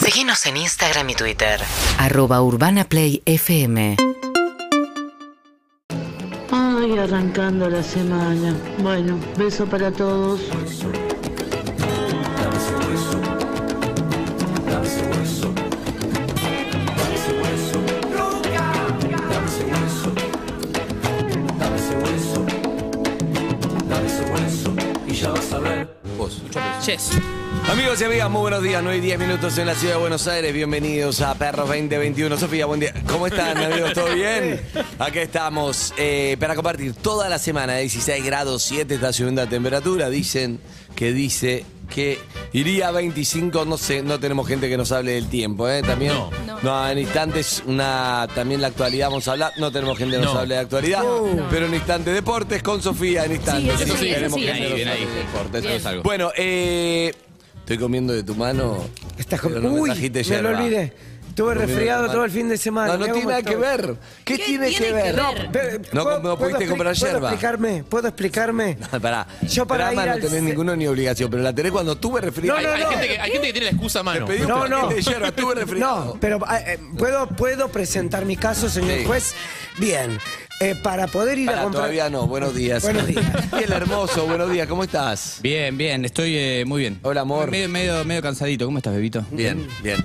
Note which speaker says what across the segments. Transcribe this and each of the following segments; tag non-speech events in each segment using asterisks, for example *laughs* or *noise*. Speaker 1: Seguinos en Instagram y Twitter.
Speaker 2: Arroba Urbana Play FM.
Speaker 3: Ay, arrancando la semana. Bueno, beso para todos.
Speaker 4: Yes.
Speaker 5: Amigos y amigas, muy buenos días. 9 y 10 minutos en la ciudad de Buenos Aires. Bienvenidos a Perros 2021. Sofía, buen día. ¿Cómo están, amigos? ¿Todo bien? Acá estamos eh, para compartir toda la semana. 16 grados 7 está subiendo la temperatura. Dicen que dice que iría a 25. No sé, no tenemos gente que nos hable del tiempo, ¿eh? También. No. en instantes, una, también la actualidad vamos a hablar. No tenemos gente que nos
Speaker 4: No.
Speaker 5: hable de actualidad. Pero en instante, deportes con Sofía. En instante,
Speaker 4: eso sí, eso
Speaker 5: tenemos
Speaker 4: sí,
Speaker 5: gente
Speaker 4: eso
Speaker 5: que
Speaker 4: sí.
Speaker 5: nos hable de deportes.
Speaker 4: Eso es algo.
Speaker 5: Bueno, eh, estoy comiendo de tu mano.
Speaker 6: Estás
Speaker 5: pero
Speaker 6: con...
Speaker 5: no me
Speaker 6: Uy,
Speaker 5: trajiste
Speaker 6: me,
Speaker 5: yerba.
Speaker 6: lo olvidé. Estuve
Speaker 5: Comiendo de tu
Speaker 6: resfriado
Speaker 5: mano.
Speaker 6: todo el fin de semana.
Speaker 5: No, no
Speaker 6: Mirá
Speaker 5: tiene
Speaker 6: cómo
Speaker 5: nada que
Speaker 6: estoy.
Speaker 5: ver. ¿Qué, tiene,
Speaker 7: tiene
Speaker 5: que
Speaker 7: que
Speaker 5: ver?
Speaker 7: ver?
Speaker 6: Pero, eh,
Speaker 5: No,
Speaker 6: ¿puedo-
Speaker 5: me pudiste
Speaker 6: puedo expli-
Speaker 5: comprar yerba.
Speaker 6: ¿Puedo explicarme? ¿Puedo explicarme?
Speaker 7: *laughs*
Speaker 5: Pará,
Speaker 6: Yo para
Speaker 5: drama
Speaker 6: ir
Speaker 5: no
Speaker 6: al
Speaker 5: tenés
Speaker 6: ce-
Speaker 5: ninguno ni obligación, pero la tenés cuando tuve resfriado.
Speaker 4: Hay, hay gente que, hay gente que tiene la excusa a mano.
Speaker 5: Pedí un
Speaker 6: No,
Speaker 5: paquete
Speaker 6: no.
Speaker 5: de yerba,
Speaker 6: *laughs*
Speaker 5: tuve resfriado.
Speaker 6: No, pero eh, eh, ¿puedo, ¿puedo presentar mi caso, señor
Speaker 5: Sí.
Speaker 6: juez? Bien, eh, para poder ir
Speaker 5: Pará,
Speaker 6: a comprar...
Speaker 5: todavía no,
Speaker 6: *laughs*
Speaker 5: buenos días.
Speaker 6: Buenos días.
Speaker 5: *laughs* Bien hermoso, buenos días, ¿cómo estás?
Speaker 8: Bien, bien, estoy eh, muy bien.
Speaker 5: Hola, amor.
Speaker 8: Medio, medio, medio cansadito. ¿Cómo estás, bebito?
Speaker 5: Bien, bien.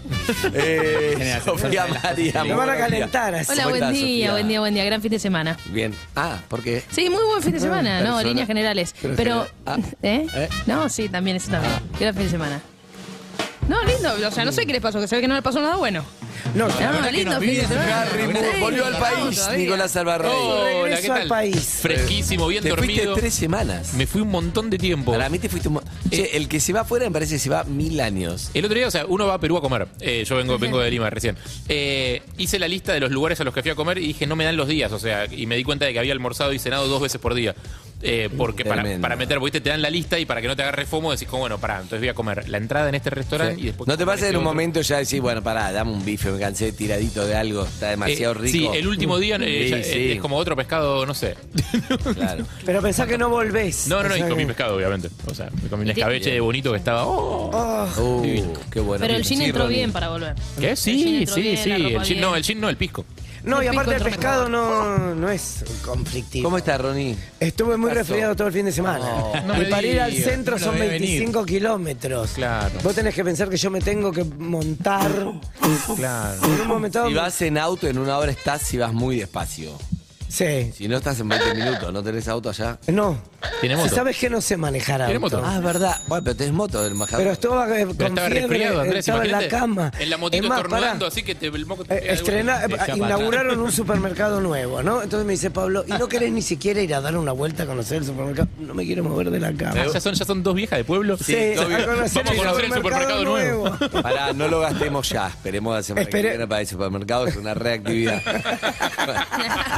Speaker 5: Eh,
Speaker 8: General,
Speaker 5: Sofía
Speaker 8: general.
Speaker 5: María.
Speaker 6: Me van a calentar así.
Speaker 5: Hola,
Speaker 7: Hola,
Speaker 5: buen
Speaker 7: buen
Speaker 5: día,
Speaker 7: día,
Speaker 5: buen
Speaker 7: buen
Speaker 5: día,
Speaker 7: día, buen día. Gran fin de semana.
Speaker 5: Bien. Ah, porque
Speaker 7: Sí, muy buen fin de semana, ¿no?
Speaker 5: Ah, persona.
Speaker 7: Líneas generales.
Speaker 5: Pero en
Speaker 7: Pero,
Speaker 5: general- ah,
Speaker 7: *laughs* ¿eh?
Speaker 5: ¿eh? Ah.
Speaker 7: No, sí, también, eso también. Gran fin de semana. No, lindo. O sea, no sé qué les pasó, que se ve que no le pasó nada bueno.
Speaker 6: No,
Speaker 7: No, lindo fin de semana.
Speaker 5: Harry Moore
Speaker 7: Sí,
Speaker 5: volvió al
Speaker 7: no,
Speaker 5: país,
Speaker 7: todavía.
Speaker 5: Nicolás Alvarro.
Speaker 4: Hola, ¿qué
Speaker 6: Regreso al
Speaker 4: tal?
Speaker 6: país.
Speaker 4: Fresquísimo, bien
Speaker 5: Te fuiste
Speaker 4: dormido.
Speaker 5: tres semanas.
Speaker 4: Me fui un montón de tiempo.
Speaker 5: Para mí te fuiste un... mo- Che, el que se va afuera me parece que se va mil años.
Speaker 4: El otro día, o sea, uno va a Perú a comer. Eh, yo vengo, vengo de Lima recién. Eh, hice la lista de los lugares a los que fui a comer y dije, no me dan los días. O sea, y me di cuenta de que había almorzado y cenado dos veces por día. Eh, porque para,
Speaker 5: Tremendo.
Speaker 4: para meter, porque te dan la lista y para que no te agarre fomo decís, como bueno, pará, entonces voy a comer la entrada en este restaurante y después.
Speaker 5: ¿No te
Speaker 4: comer
Speaker 5: pasa en
Speaker 4: este
Speaker 5: un
Speaker 4: otro.
Speaker 5: momento ya decir, bueno, pará, dame un bife, me cansé tiradito de algo, está
Speaker 4: Eh,
Speaker 5: demasiado rico? Mm.
Speaker 4: Sí, el último día eh,
Speaker 5: Sí,
Speaker 4: ya, eh,
Speaker 5: sí,
Speaker 4: es como otro pescado,
Speaker 5: *laughs*
Speaker 4: no sé. *laughs*
Speaker 5: Claro.
Speaker 6: Pero pensá que no volvés.
Speaker 4: No, no, no,
Speaker 6: O
Speaker 4: y
Speaker 6: sea
Speaker 4: comí
Speaker 6: que-
Speaker 4: pescado, obviamente. O sea, me comí un
Speaker 7: Y te-
Speaker 4: escabeche de bonito que estaba. ¡oh!
Speaker 5: Uh, qué bueno.
Speaker 7: Pero el
Speaker 5: Sí,
Speaker 7: gin entró
Speaker 5: Ronnie.
Speaker 7: bien para volver. gin
Speaker 4: ¿Qué? Sí,
Speaker 7: entró
Speaker 4: sí,
Speaker 7: bien,
Speaker 4: sí.
Speaker 7: la
Speaker 4: El
Speaker 7: ropa
Speaker 4: gin, no,
Speaker 7: bien.
Speaker 4: el gin no, el pisco.
Speaker 6: No, y
Speaker 7: El pico
Speaker 6: aparte el
Speaker 7: entró
Speaker 6: pescado no, no es conflictivo.
Speaker 5: ¿Cómo está, Ronnie?
Speaker 6: Estuve muy
Speaker 5: Pasó.
Speaker 6: resfriado todo el fin de semana.
Speaker 4: no
Speaker 6: y
Speaker 4: me
Speaker 6: para ir al
Speaker 4: digas,
Speaker 6: centro
Speaker 8: no lo
Speaker 6: son
Speaker 8: veía venir.
Speaker 6: 25 kilómetros.
Speaker 4: Claro.
Speaker 6: Vos tenés que pensar que yo me tengo que montar.
Speaker 4: Claro.
Speaker 6: En un momento.
Speaker 5: Si vas en auto, en una hora estás si vas muy despacio.
Speaker 6: Sí.
Speaker 5: Si no estás en 20 minutos, ¿no tenés auto allá?
Speaker 6: No.
Speaker 4: Tiene moto.
Speaker 6: Si sabes que no sé manejar
Speaker 4: Tiene
Speaker 6: auto.
Speaker 4: moto.
Speaker 5: Ah, es verdad. Bueno, pero tenés moto del majador.
Speaker 6: Pero estaba eh, con
Speaker 4: Pero estaba
Speaker 6: fiebre,
Speaker 4: resfriado, Andrés,
Speaker 6: estaba en la
Speaker 4: imagínate.
Speaker 6: cama.
Speaker 4: En la motito
Speaker 6: Es más,
Speaker 4: estornudando,
Speaker 6: pará.
Speaker 4: así que te, el moco te
Speaker 6: Eh,
Speaker 4: pega de
Speaker 6: estrena-
Speaker 4: vuelta.
Speaker 6: eh, inauguraron un supermercado nuevo, ¿no? Entonces me dice Pablo, ¿y no querés ni siquiera ir a dar una vuelta a conocer el supermercado? No me quiero mover de la cama.
Speaker 4: Ah, ya, son, ya son dos viejas de pueblo.
Speaker 6: Sí,
Speaker 4: obvio.
Speaker 6: a
Speaker 4: Vamos a
Speaker 6: conocer el
Speaker 4: conocer el supermercado
Speaker 6: supermercado
Speaker 4: nuevo.
Speaker 6: nuevo.
Speaker 5: Pará, no lo gastemos ya. Esperemos la semana que
Speaker 6: Espere-
Speaker 5: viene para el supermercado. Es una reactividad. *laughs*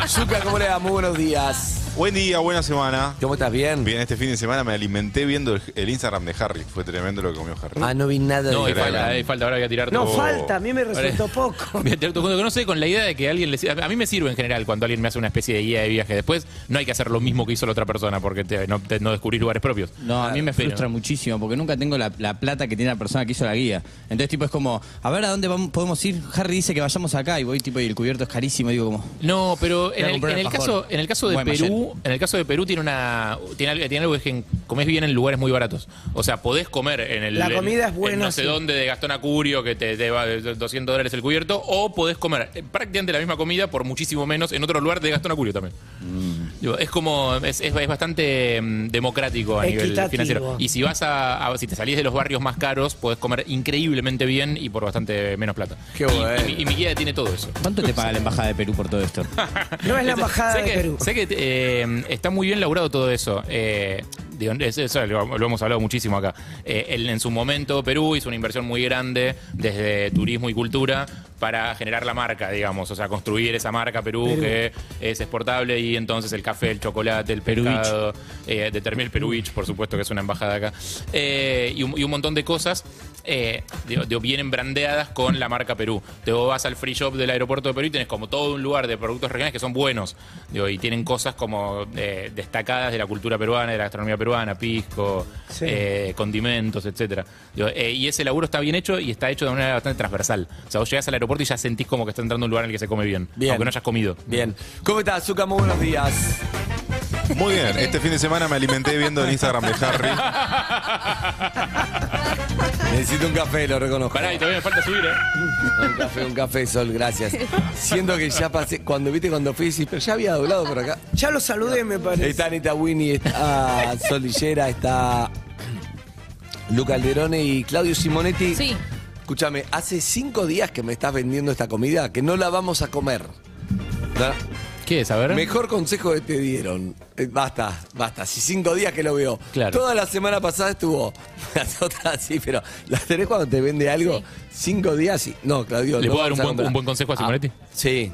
Speaker 5: Zucca, ¿cómo le va? Muy buenos días.
Speaker 9: Buen día, buena semana.
Speaker 5: ¿Cómo estás? ¿Bien?
Speaker 9: Bien, este fin de semana me alimenté viendo el, el Instagram de Harry. Fue tremendo lo que comió Harry.
Speaker 5: Ah, no vi nada
Speaker 4: No,
Speaker 5: de
Speaker 4: hay falta, hay falta. Ahora voy a tirar
Speaker 6: No,
Speaker 4: todo.
Speaker 6: falta, a mí me resultó
Speaker 4: Ahora-
Speaker 6: poco.
Speaker 4: *laughs* Voy a tirar todo junto. No sé, con la idea de que alguien le sir- A mí me sirve en general cuando alguien me hace una especie de guía de viaje. Después no hay que hacer lo mismo que hizo la otra persona porque te- no, te- no descubrís lugares propios.
Speaker 8: No, a mí me
Speaker 4: Ah, Pero-
Speaker 8: frustra muchísimo porque nunca tengo la, la plata que tiene la persona que hizo la guía. Entonces, tipo, es como, a ver a dónde vamos- podemos ir. Harry dice que vayamos acá y voy, tipo, y el cubierto es carísimo. Digo, como,
Speaker 4: No, pero
Speaker 8: Voy
Speaker 4: en
Speaker 8: a
Speaker 4: el,
Speaker 8: comprar
Speaker 4: en el
Speaker 8: alfajor.
Speaker 4: caso, en el caso de
Speaker 8: Buen
Speaker 4: Perú, en el caso de Perú tiene una tiene, algo- tiene algo que es que en- comés bien en lugares muy baratos. O sea, podés comer en el
Speaker 6: La
Speaker 4: en-
Speaker 6: comida es
Speaker 4: en
Speaker 6: buena,
Speaker 4: no sé
Speaker 6: sí.
Speaker 4: dónde de Gastón Acurio que te, te va de 200 dólares el cubierto o podés comer eh, prácticamente la misma comida por muchísimo menos en otro lugar de Gastón Acurio también. Digo, Es como es, es- es bastante mm, democrático a nivel
Speaker 6: Equitativo.
Speaker 4: financiero. Y si vas a, a- si te salís de los barrios más caros, podés comer increíblemente bien y por bastante menos plata.
Speaker 5: Qué
Speaker 4: Y-
Speaker 5: bueno.
Speaker 4: y mi- y mi guía tiene todo eso.
Speaker 8: ¿cuánto te paga la embajada de Perú por todo esto?
Speaker 6: No es la embajada
Speaker 4: Sé
Speaker 6: de
Speaker 4: que-
Speaker 6: Perú.
Speaker 4: Sé que eh, está muy bien laburado todo eso. Eh, digo, es- eso lo, lo hemos hablado muchísimo acá. Eh, él en su momento, Perú hizo una inversión muy grande desde turismo y cultura para generar la marca, digamos. O sea, construir esa marca Perú, que es exportable y entonces el café, el chocolate, el
Speaker 8: Perú Beach.
Speaker 4: pescado, eh, determiné el Perú Beach, por supuesto, que es una embajada acá, Eh, y, un, y un montón de cosas. eh, digo, digo, vienen brandeadas con la marca Perú. Te vas al free shop del aeropuerto de Perú y tenés como todo un lugar de productos regionales que son buenos Digo, y tienen cosas como eh, destacadas de la cultura peruana, de la gastronomía peruana, pisco,
Speaker 6: Sí.
Speaker 4: eh, condimentos, etcétera. Digo, eh, y ese laburo está bien hecho y está hecho de una manera bastante transversal. O sea, vos llegás al aeropuerto y ya sentís como que estás entrando a un lugar en el que se come bien,
Speaker 5: Bien.
Speaker 4: aunque no hayas comido.
Speaker 5: Bien. ¿Cómo estás, Zuka? Muy buenos días.
Speaker 9: Muy bien, este fin de semana me alimenté viendo el Instagram de Harry.
Speaker 5: Necesito un café, lo reconozco.
Speaker 4: Pará, y todavía me falta subir, ¿eh?
Speaker 5: Un café, un café, Sol, gracias. Siento que ya pasé, cuando viste cuando fui, decís, pero ya había doblado por acá.
Speaker 6: Ya lo saludé, me parece.
Speaker 5: Está Anita Winnie, está Sol Lillera, está Luca Alderone y Claudio Simonetti.
Speaker 7: Sí.
Speaker 5: Escúchame, hace cinco días que me estás vendiendo esta comida que no la vamos a comer. ¿No?
Speaker 4: ¿Qué es? A ver.
Speaker 5: Mejor consejo que te dieron. Eh, Basta, basta. Si cinco días que lo veo.
Speaker 4: Claro.
Speaker 5: Toda la semana pasada estuvo. *laughs* Las otras sí, pero las tenés cuando te vende algo. Cinco días sí. No, Claudio.
Speaker 4: ¿Le
Speaker 5: no
Speaker 4: puedo dar
Speaker 5: vamos
Speaker 4: un
Speaker 5: a
Speaker 4: buen-
Speaker 5: comprar. Ah,
Speaker 4: un buen consejo a Simonetti?
Speaker 5: sí.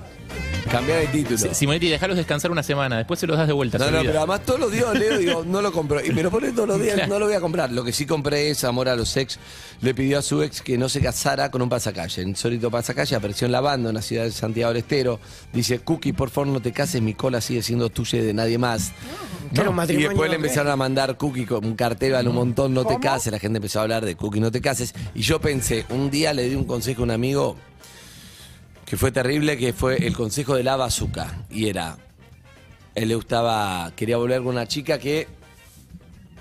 Speaker 5: Cambiar el título.
Speaker 4: Si- Simonetti, dejalos descansar una semana, después se los das de vuelta.
Speaker 5: No,
Speaker 4: se
Speaker 5: no,
Speaker 4: olvida.
Speaker 5: pero además todos los días leo y digo, no lo compro. Y me lo pone todos los días,
Speaker 4: Claro.
Speaker 5: no lo voy a comprar. Lo que sí compré es amor a los ex. Le pidió a su ex que no se casara con un pasacalle. En solito pasacalle apareció en la banda, en la ciudad de Santiago del Estero. Dice, Cookie, por favor no te cases, mi cola sigue siendo tuya y de nadie más.
Speaker 6: Quiero un
Speaker 5: Y
Speaker 6: matrimonio.
Speaker 5: después le
Speaker 6: ¿qué?
Speaker 5: empezaron a mandar cookie con un cartel en un montón, no te cases. La gente empezó a hablar de cookie, no te cases. Y yo pensé, un día le di un consejo a un amigo que fue terrible, que fue el consejo de la bazooka. Y era, él le gustaba, quería volver con una chica que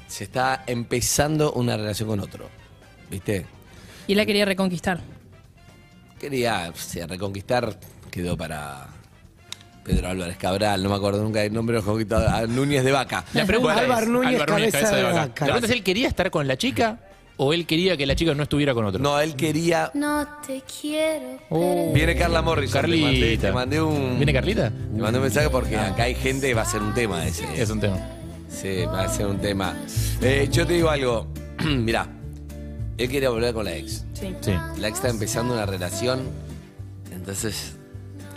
Speaker 5: se está empezando una relación con otro. ¿Viste?
Speaker 7: Y la quería reconquistar.
Speaker 5: Quería o sea, reconquistar, quedó para Pedro Álvarez Cabral, no me acuerdo nunca el nombre, lo a Núñez de Vaca.
Speaker 4: La pregunta
Speaker 6: Álvaro
Speaker 4: es,
Speaker 6: Núñez, cabeza de vaca.
Speaker 4: La pregunta es, ¿él quería estar con la chica o él quería que la chica no estuviera con otro?
Speaker 5: No, él quería
Speaker 10: No te quiero.
Speaker 4: Oh.
Speaker 5: Viene Carla Morris.
Speaker 4: Carlita.
Speaker 5: Te mandé, te mandé un.
Speaker 4: ¿Viene Carlita? Ah.
Speaker 5: Te mandé un mensaje porque acá hay gente que va a ser un tema ese.
Speaker 4: Es un tema.
Speaker 5: Sí, va a ser un tema. Eh, yo te digo algo. *clears throat* Mirá, él quiere volver con la ex.
Speaker 7: Sí.
Speaker 4: Sí.
Speaker 5: La ex está empezando una relación. Entonces.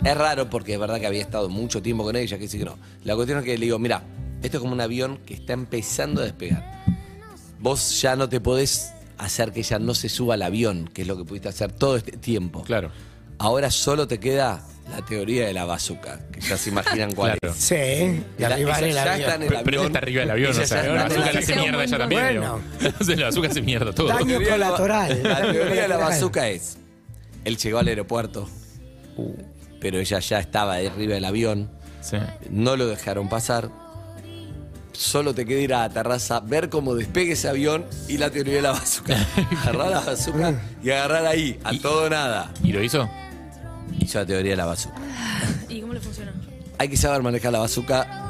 Speaker 5: Es raro porque es verdad que había estado mucho tiempo con ella, que sí que no. La cuestión es que le digo, mira, esto es como un avión que está empezando a despegar. Vos ya no te podés hacer que ella no se suba al avión, que es lo que pudiste hacer todo este tiempo.
Speaker 4: Claro.
Speaker 5: Ahora solo te queda la teoría de la bazooka, que ya se *laughs* imaginan cuál
Speaker 4: Claro.
Speaker 5: es.
Speaker 6: Sí, ¿eh? de
Speaker 5: La-
Speaker 6: arribar
Speaker 5: ella
Speaker 6: el
Speaker 5: ya
Speaker 6: avión.
Speaker 5: está en el
Speaker 4: Pero, pero él
Speaker 5: avión.
Speaker 4: está arriba del avión,
Speaker 5: Ella
Speaker 4: o sea,
Speaker 5: ya
Speaker 4: la
Speaker 5: está en
Speaker 4: azúcar
Speaker 5: el
Speaker 4: le hace
Speaker 5: avión.
Speaker 4: mierda a ella también.
Speaker 6: Bueno.
Speaker 4: digamos. *laughs* la azúcar hace mierda todo.
Speaker 6: Daño.
Speaker 5: La teoría de la-
Speaker 6: colateral.
Speaker 5: La teoría de la
Speaker 6: Colateral.
Speaker 5: bazooka es, él llegó al aeropuerto, Uh. pero ella ya estaba de arriba del avión,
Speaker 4: Sí.
Speaker 5: no lo dejaron pasar. Solo te queda ir a la terraza, ver cómo despegue ese avión y la teoría de la *laughs* bazooka. Agarrar la bazooka y agarrar ahí, a todo nada.
Speaker 4: ¿Y lo hizo?
Speaker 5: Hizo la teoría de la bazooka.
Speaker 7: ¿Y cómo le funcionó?
Speaker 5: Hay que saber manejar la bazooka.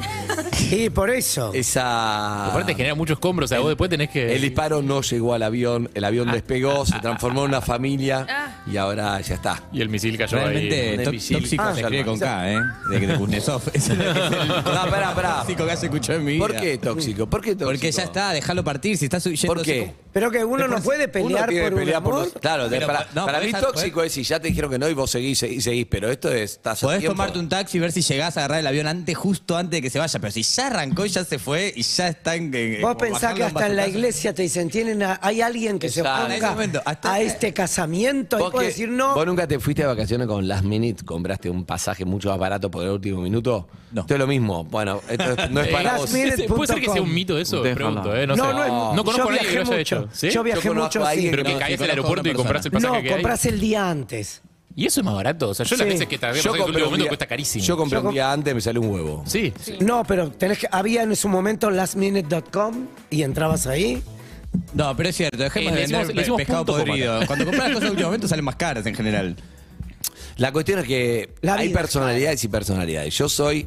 Speaker 6: Sí, por eso.
Speaker 5: Esa.
Speaker 4: Aparte genera muchos escombros, o sea, vos después tenés que...
Speaker 5: Ah. El disparo no llegó al avión, el avión despegó, se transformó en una familia
Speaker 7: Ah.
Speaker 5: y ahora ya está. *laughs*
Speaker 4: Y el misil cayó ahí.
Speaker 8: Realmente
Speaker 5: un
Speaker 8: tó-
Speaker 5: misil.
Speaker 8: tóxico
Speaker 5: Ah,
Speaker 8: se escribe con K, ¿eh? De, de Kuznetsov. *laughs* Es el, es el
Speaker 5: No, pará, pará.
Speaker 8: tóxico que se escuchó en mi vida.
Speaker 5: ¿Por qué tóxico? ¿Por qué tóxico?
Speaker 8: Porque ya está, déjalo partir. Si está subiendo.
Speaker 5: ¿Por qué?
Speaker 6: Pero que uno no puede
Speaker 5: Uno
Speaker 6: pelear
Speaker 5: tiene que
Speaker 6: por un
Speaker 5: pelear por
Speaker 6: amor.
Speaker 5: los- Claro,
Speaker 8: Pero
Speaker 5: para,
Speaker 8: pa- no,
Speaker 5: para mí
Speaker 8: podés-
Speaker 5: tóxico es si ya te dijeron que no y vos seguís, seguís, seguís. Pero esto es. Estás a
Speaker 8: Podés
Speaker 5: tiempo.
Speaker 8: tomarte un taxi y ver si llegás a agarrar el avión antes, justo antes de que se vaya. Pero si ya arrancó, ya se fue y ya está en. en-
Speaker 6: Vos
Speaker 8: como
Speaker 6: pensás
Speaker 8: bajando
Speaker 6: que
Speaker 8: un
Speaker 6: hasta en la
Speaker 8: bazucazo.
Speaker 6: iglesia te dicen, tienen a- hay alguien que
Speaker 5: Exacto. En
Speaker 6: se
Speaker 8: ese
Speaker 6: oponga
Speaker 8: momento, hasta-
Speaker 6: a este casamiento
Speaker 5: ¿Vos,
Speaker 6: y puede
Speaker 5: que-
Speaker 6: decir no.
Speaker 5: ¿Vos nunca te fuiste de vacaciones con Last Minute? ¿Compraste un pasaje mucho más barato por el último minuto?
Speaker 8: No.
Speaker 5: Esto es lo mismo. Bueno, esto es- no es
Speaker 4: Eh,
Speaker 5: para
Speaker 6: Last
Speaker 5: vos.
Speaker 6: Minute.
Speaker 4: ¿Puede ser que sea un mito eso?
Speaker 9: Déjala.
Speaker 4: Pregunto, ¿eh? No,
Speaker 6: No,
Speaker 4: sé.
Speaker 6: no es-
Speaker 4: no conozco
Speaker 6: yo
Speaker 4: a nadie que lo
Speaker 6: viajé
Speaker 4: haya
Speaker 6: mucho.
Speaker 4: hecho. ¿Sí?
Speaker 6: Yo viajé
Speaker 5: Yo conozco
Speaker 6: mucho,
Speaker 5: a alguien
Speaker 6: sí.
Speaker 4: Pero que
Speaker 5: No,
Speaker 4: caes
Speaker 8: sí,
Speaker 4: al
Speaker 8: conozco a una
Speaker 4: aeropuerto y
Speaker 8: persona.
Speaker 4: compras el pasaje
Speaker 6: No,
Speaker 4: que hay.
Speaker 6: compras el día antes.
Speaker 4: Y eso es más barato. O sea, yo las
Speaker 6: Sí.
Speaker 4: veces que también
Speaker 5: Yo
Speaker 4: el
Speaker 5: compré
Speaker 4: último
Speaker 5: un
Speaker 4: momento
Speaker 5: día-
Speaker 4: cuesta carísimo.
Speaker 5: Yo compré
Speaker 6: Yo
Speaker 5: un día antes y me sale un huevo.
Speaker 4: Sí.
Speaker 6: No, pero tenés que, había en su momento lastminute.com y entrabas ahí.
Speaker 8: No, pero es cierto, dejemos
Speaker 4: Eh, le
Speaker 8: de
Speaker 4: decimos-
Speaker 8: vender
Speaker 4: le decimos
Speaker 8: pescado
Speaker 4: punto,
Speaker 8: podrido. Cuando compras las cosas en último momento salen más caras
Speaker 5: *laughs*
Speaker 8: en general.
Speaker 5: La cuestión es que
Speaker 6: La
Speaker 5: hay
Speaker 6: vida.
Speaker 5: personalidades y personalidades. Yo soy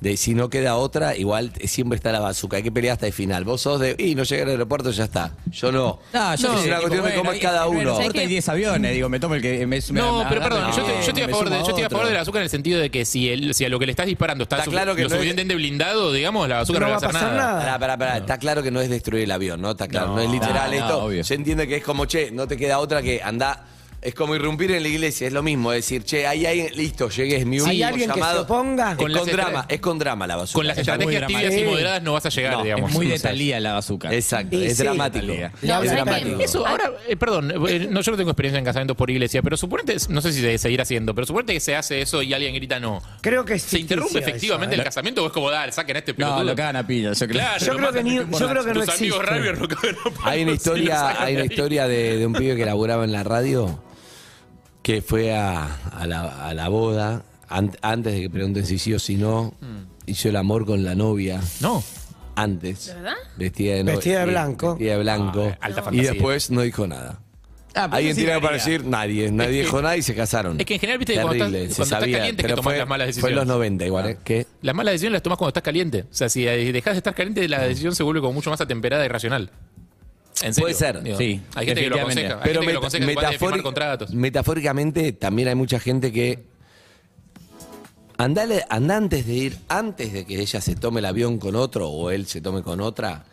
Speaker 5: de si no queda otra, igual siempre está la bazooka. Hay que pelear hasta el final. Vos sos de, y no llega al aeropuerto, ya está. Yo no.
Speaker 8: soy
Speaker 5: es
Speaker 8: de
Speaker 5: una
Speaker 8: tipo,
Speaker 5: cuestión de
Speaker 8: bueno,
Speaker 5: cómo es
Speaker 8: y-
Speaker 5: cada
Speaker 8: y bueno,
Speaker 5: uno.
Speaker 7: ¿sabés
Speaker 8: Corta
Speaker 7: qué?
Speaker 8: hay 10 aviones, digo, me tomo el que me me-
Speaker 4: No,
Speaker 8: me-
Speaker 4: pero
Speaker 8: me-
Speaker 4: perdón, yo, te-
Speaker 8: me-
Speaker 4: yo estoy a
Speaker 8: me
Speaker 4: favor de,
Speaker 8: sumo
Speaker 4: yo estoy a favor
Speaker 8: otro.
Speaker 4: de la azúcar en el sentido de que si, el, si a lo que le estás disparando está,
Speaker 5: Está claro que
Speaker 4: lo
Speaker 5: no es-
Speaker 4: suficientemente blindado, digamos, la azúcar
Speaker 6: No
Speaker 4: no,
Speaker 6: va
Speaker 4: va a hacer
Speaker 6: a pasar
Speaker 4: nada.
Speaker 6: nada.
Speaker 5: Pará, pará, pará. Está claro que no es destruir el avión, ¿no? Está claro, no,
Speaker 8: No,
Speaker 5: es literal
Speaker 8: no, no,
Speaker 5: esto.
Speaker 8: obvio.
Speaker 5: Se entiende que es como, che, no te queda otra que andá. Es como irrumpir en la iglesia, es lo mismo, es decir, che, ahí hay, listo, llegué, es mi
Speaker 6: ¿Hay
Speaker 5: último
Speaker 6: alguien que
Speaker 5: llamado.
Speaker 6: se oponga?
Speaker 5: Es
Speaker 4: Con
Speaker 5: con,
Speaker 4: las
Speaker 5: drama,
Speaker 4: estra-
Speaker 5: es con drama la basura.
Speaker 4: Con las
Speaker 5: Es
Speaker 4: estrategias
Speaker 8: muy
Speaker 4: tibias y
Speaker 6: dramático.
Speaker 4: moderadas no vas a llegar,
Speaker 5: No, es
Speaker 4: digamos.
Speaker 8: Es muy
Speaker 4: O sea,
Speaker 8: detalía la azúcar.
Speaker 5: Exacto,
Speaker 6: Y
Speaker 5: es
Speaker 6: sí.
Speaker 5: dramático.
Speaker 6: Le habla
Speaker 5: Es
Speaker 6: de
Speaker 5: dramático.
Speaker 6: Pedro.
Speaker 4: Eso, ahora, eh, perdón, eh, no, yo no tengo experiencia en casamientos por iglesia, pero suponete, no sé si se seguirá haciendo, pero suponete que se hace eso y alguien grita no.
Speaker 6: Creo que es
Speaker 4: ¿Se interrumpe
Speaker 6: ficticio eso,
Speaker 4: efectivamente
Speaker 6: ¿eh?
Speaker 4: el casamiento o es como dar, saquen a este pelotudo?
Speaker 8: No, lo cagan a pilla, yo creo.
Speaker 4: Claro,
Speaker 6: Yo creo
Speaker 4: lo
Speaker 6: que
Speaker 4: matan,
Speaker 6: ni-
Speaker 4: estén
Speaker 6: yo creo
Speaker 4: borrachos.
Speaker 6: que no
Speaker 4: Tus amigos
Speaker 6: existe.
Speaker 4: rabios no caben a palos,
Speaker 5: Hay una
Speaker 4: si lo
Speaker 5: historia, hay
Speaker 4: sacan
Speaker 5: una
Speaker 4: de ahí.
Speaker 5: historia de, de un pibe que laburaba en la radio que fue a, a la, a la boda an- antes de que pregunten si sí o si no. Hizo el amor con la novia
Speaker 4: No.
Speaker 5: antes.
Speaker 7: verdad?
Speaker 5: Vestida de novia.
Speaker 6: Vestida de
Speaker 5: sí,
Speaker 6: blanco.
Speaker 5: Vestida de blanco.
Speaker 4: Ah, alta
Speaker 5: y
Speaker 4: fantasía.
Speaker 5: después no dijo nada.
Speaker 8: Ah, pero
Speaker 5: Alguien
Speaker 8: sí
Speaker 5: tiene que
Speaker 8: daría.
Speaker 5: aparecer, nadie. Nadie dijo nada y se casaron.
Speaker 4: Es que en general, viste, cuando
Speaker 5: Terrible,
Speaker 4: estás-
Speaker 5: se
Speaker 4: cuando estás
Speaker 5: sabía,
Speaker 4: caliente es que
Speaker 5: pero
Speaker 4: tomás
Speaker 5: fue-
Speaker 4: las malas
Speaker 5: Fue en los
Speaker 4: decisiones. Ah.
Speaker 5: 90 igual, ¿eh? ¿Qué?
Speaker 4: Las malas decisiones las tomas cuando estás caliente. O sea, si dejas de estar caliente, la decisión se vuelve como mucho más atemperada y racional. En serio,
Speaker 5: Puede ser.
Speaker 8: Sí,
Speaker 4: Hay gente que
Speaker 8: definitivamente.
Speaker 4: lo aconseja. Hay gente que lo aconseja que
Speaker 5: meta- Mm.
Speaker 4: pueda firmar
Speaker 5: metafóric-
Speaker 4: contratos.
Speaker 5: metafóricamente también hay mucha gente que andale, anda antes de ir, antes de que ella se tome el avión con otro o él se tome con otra,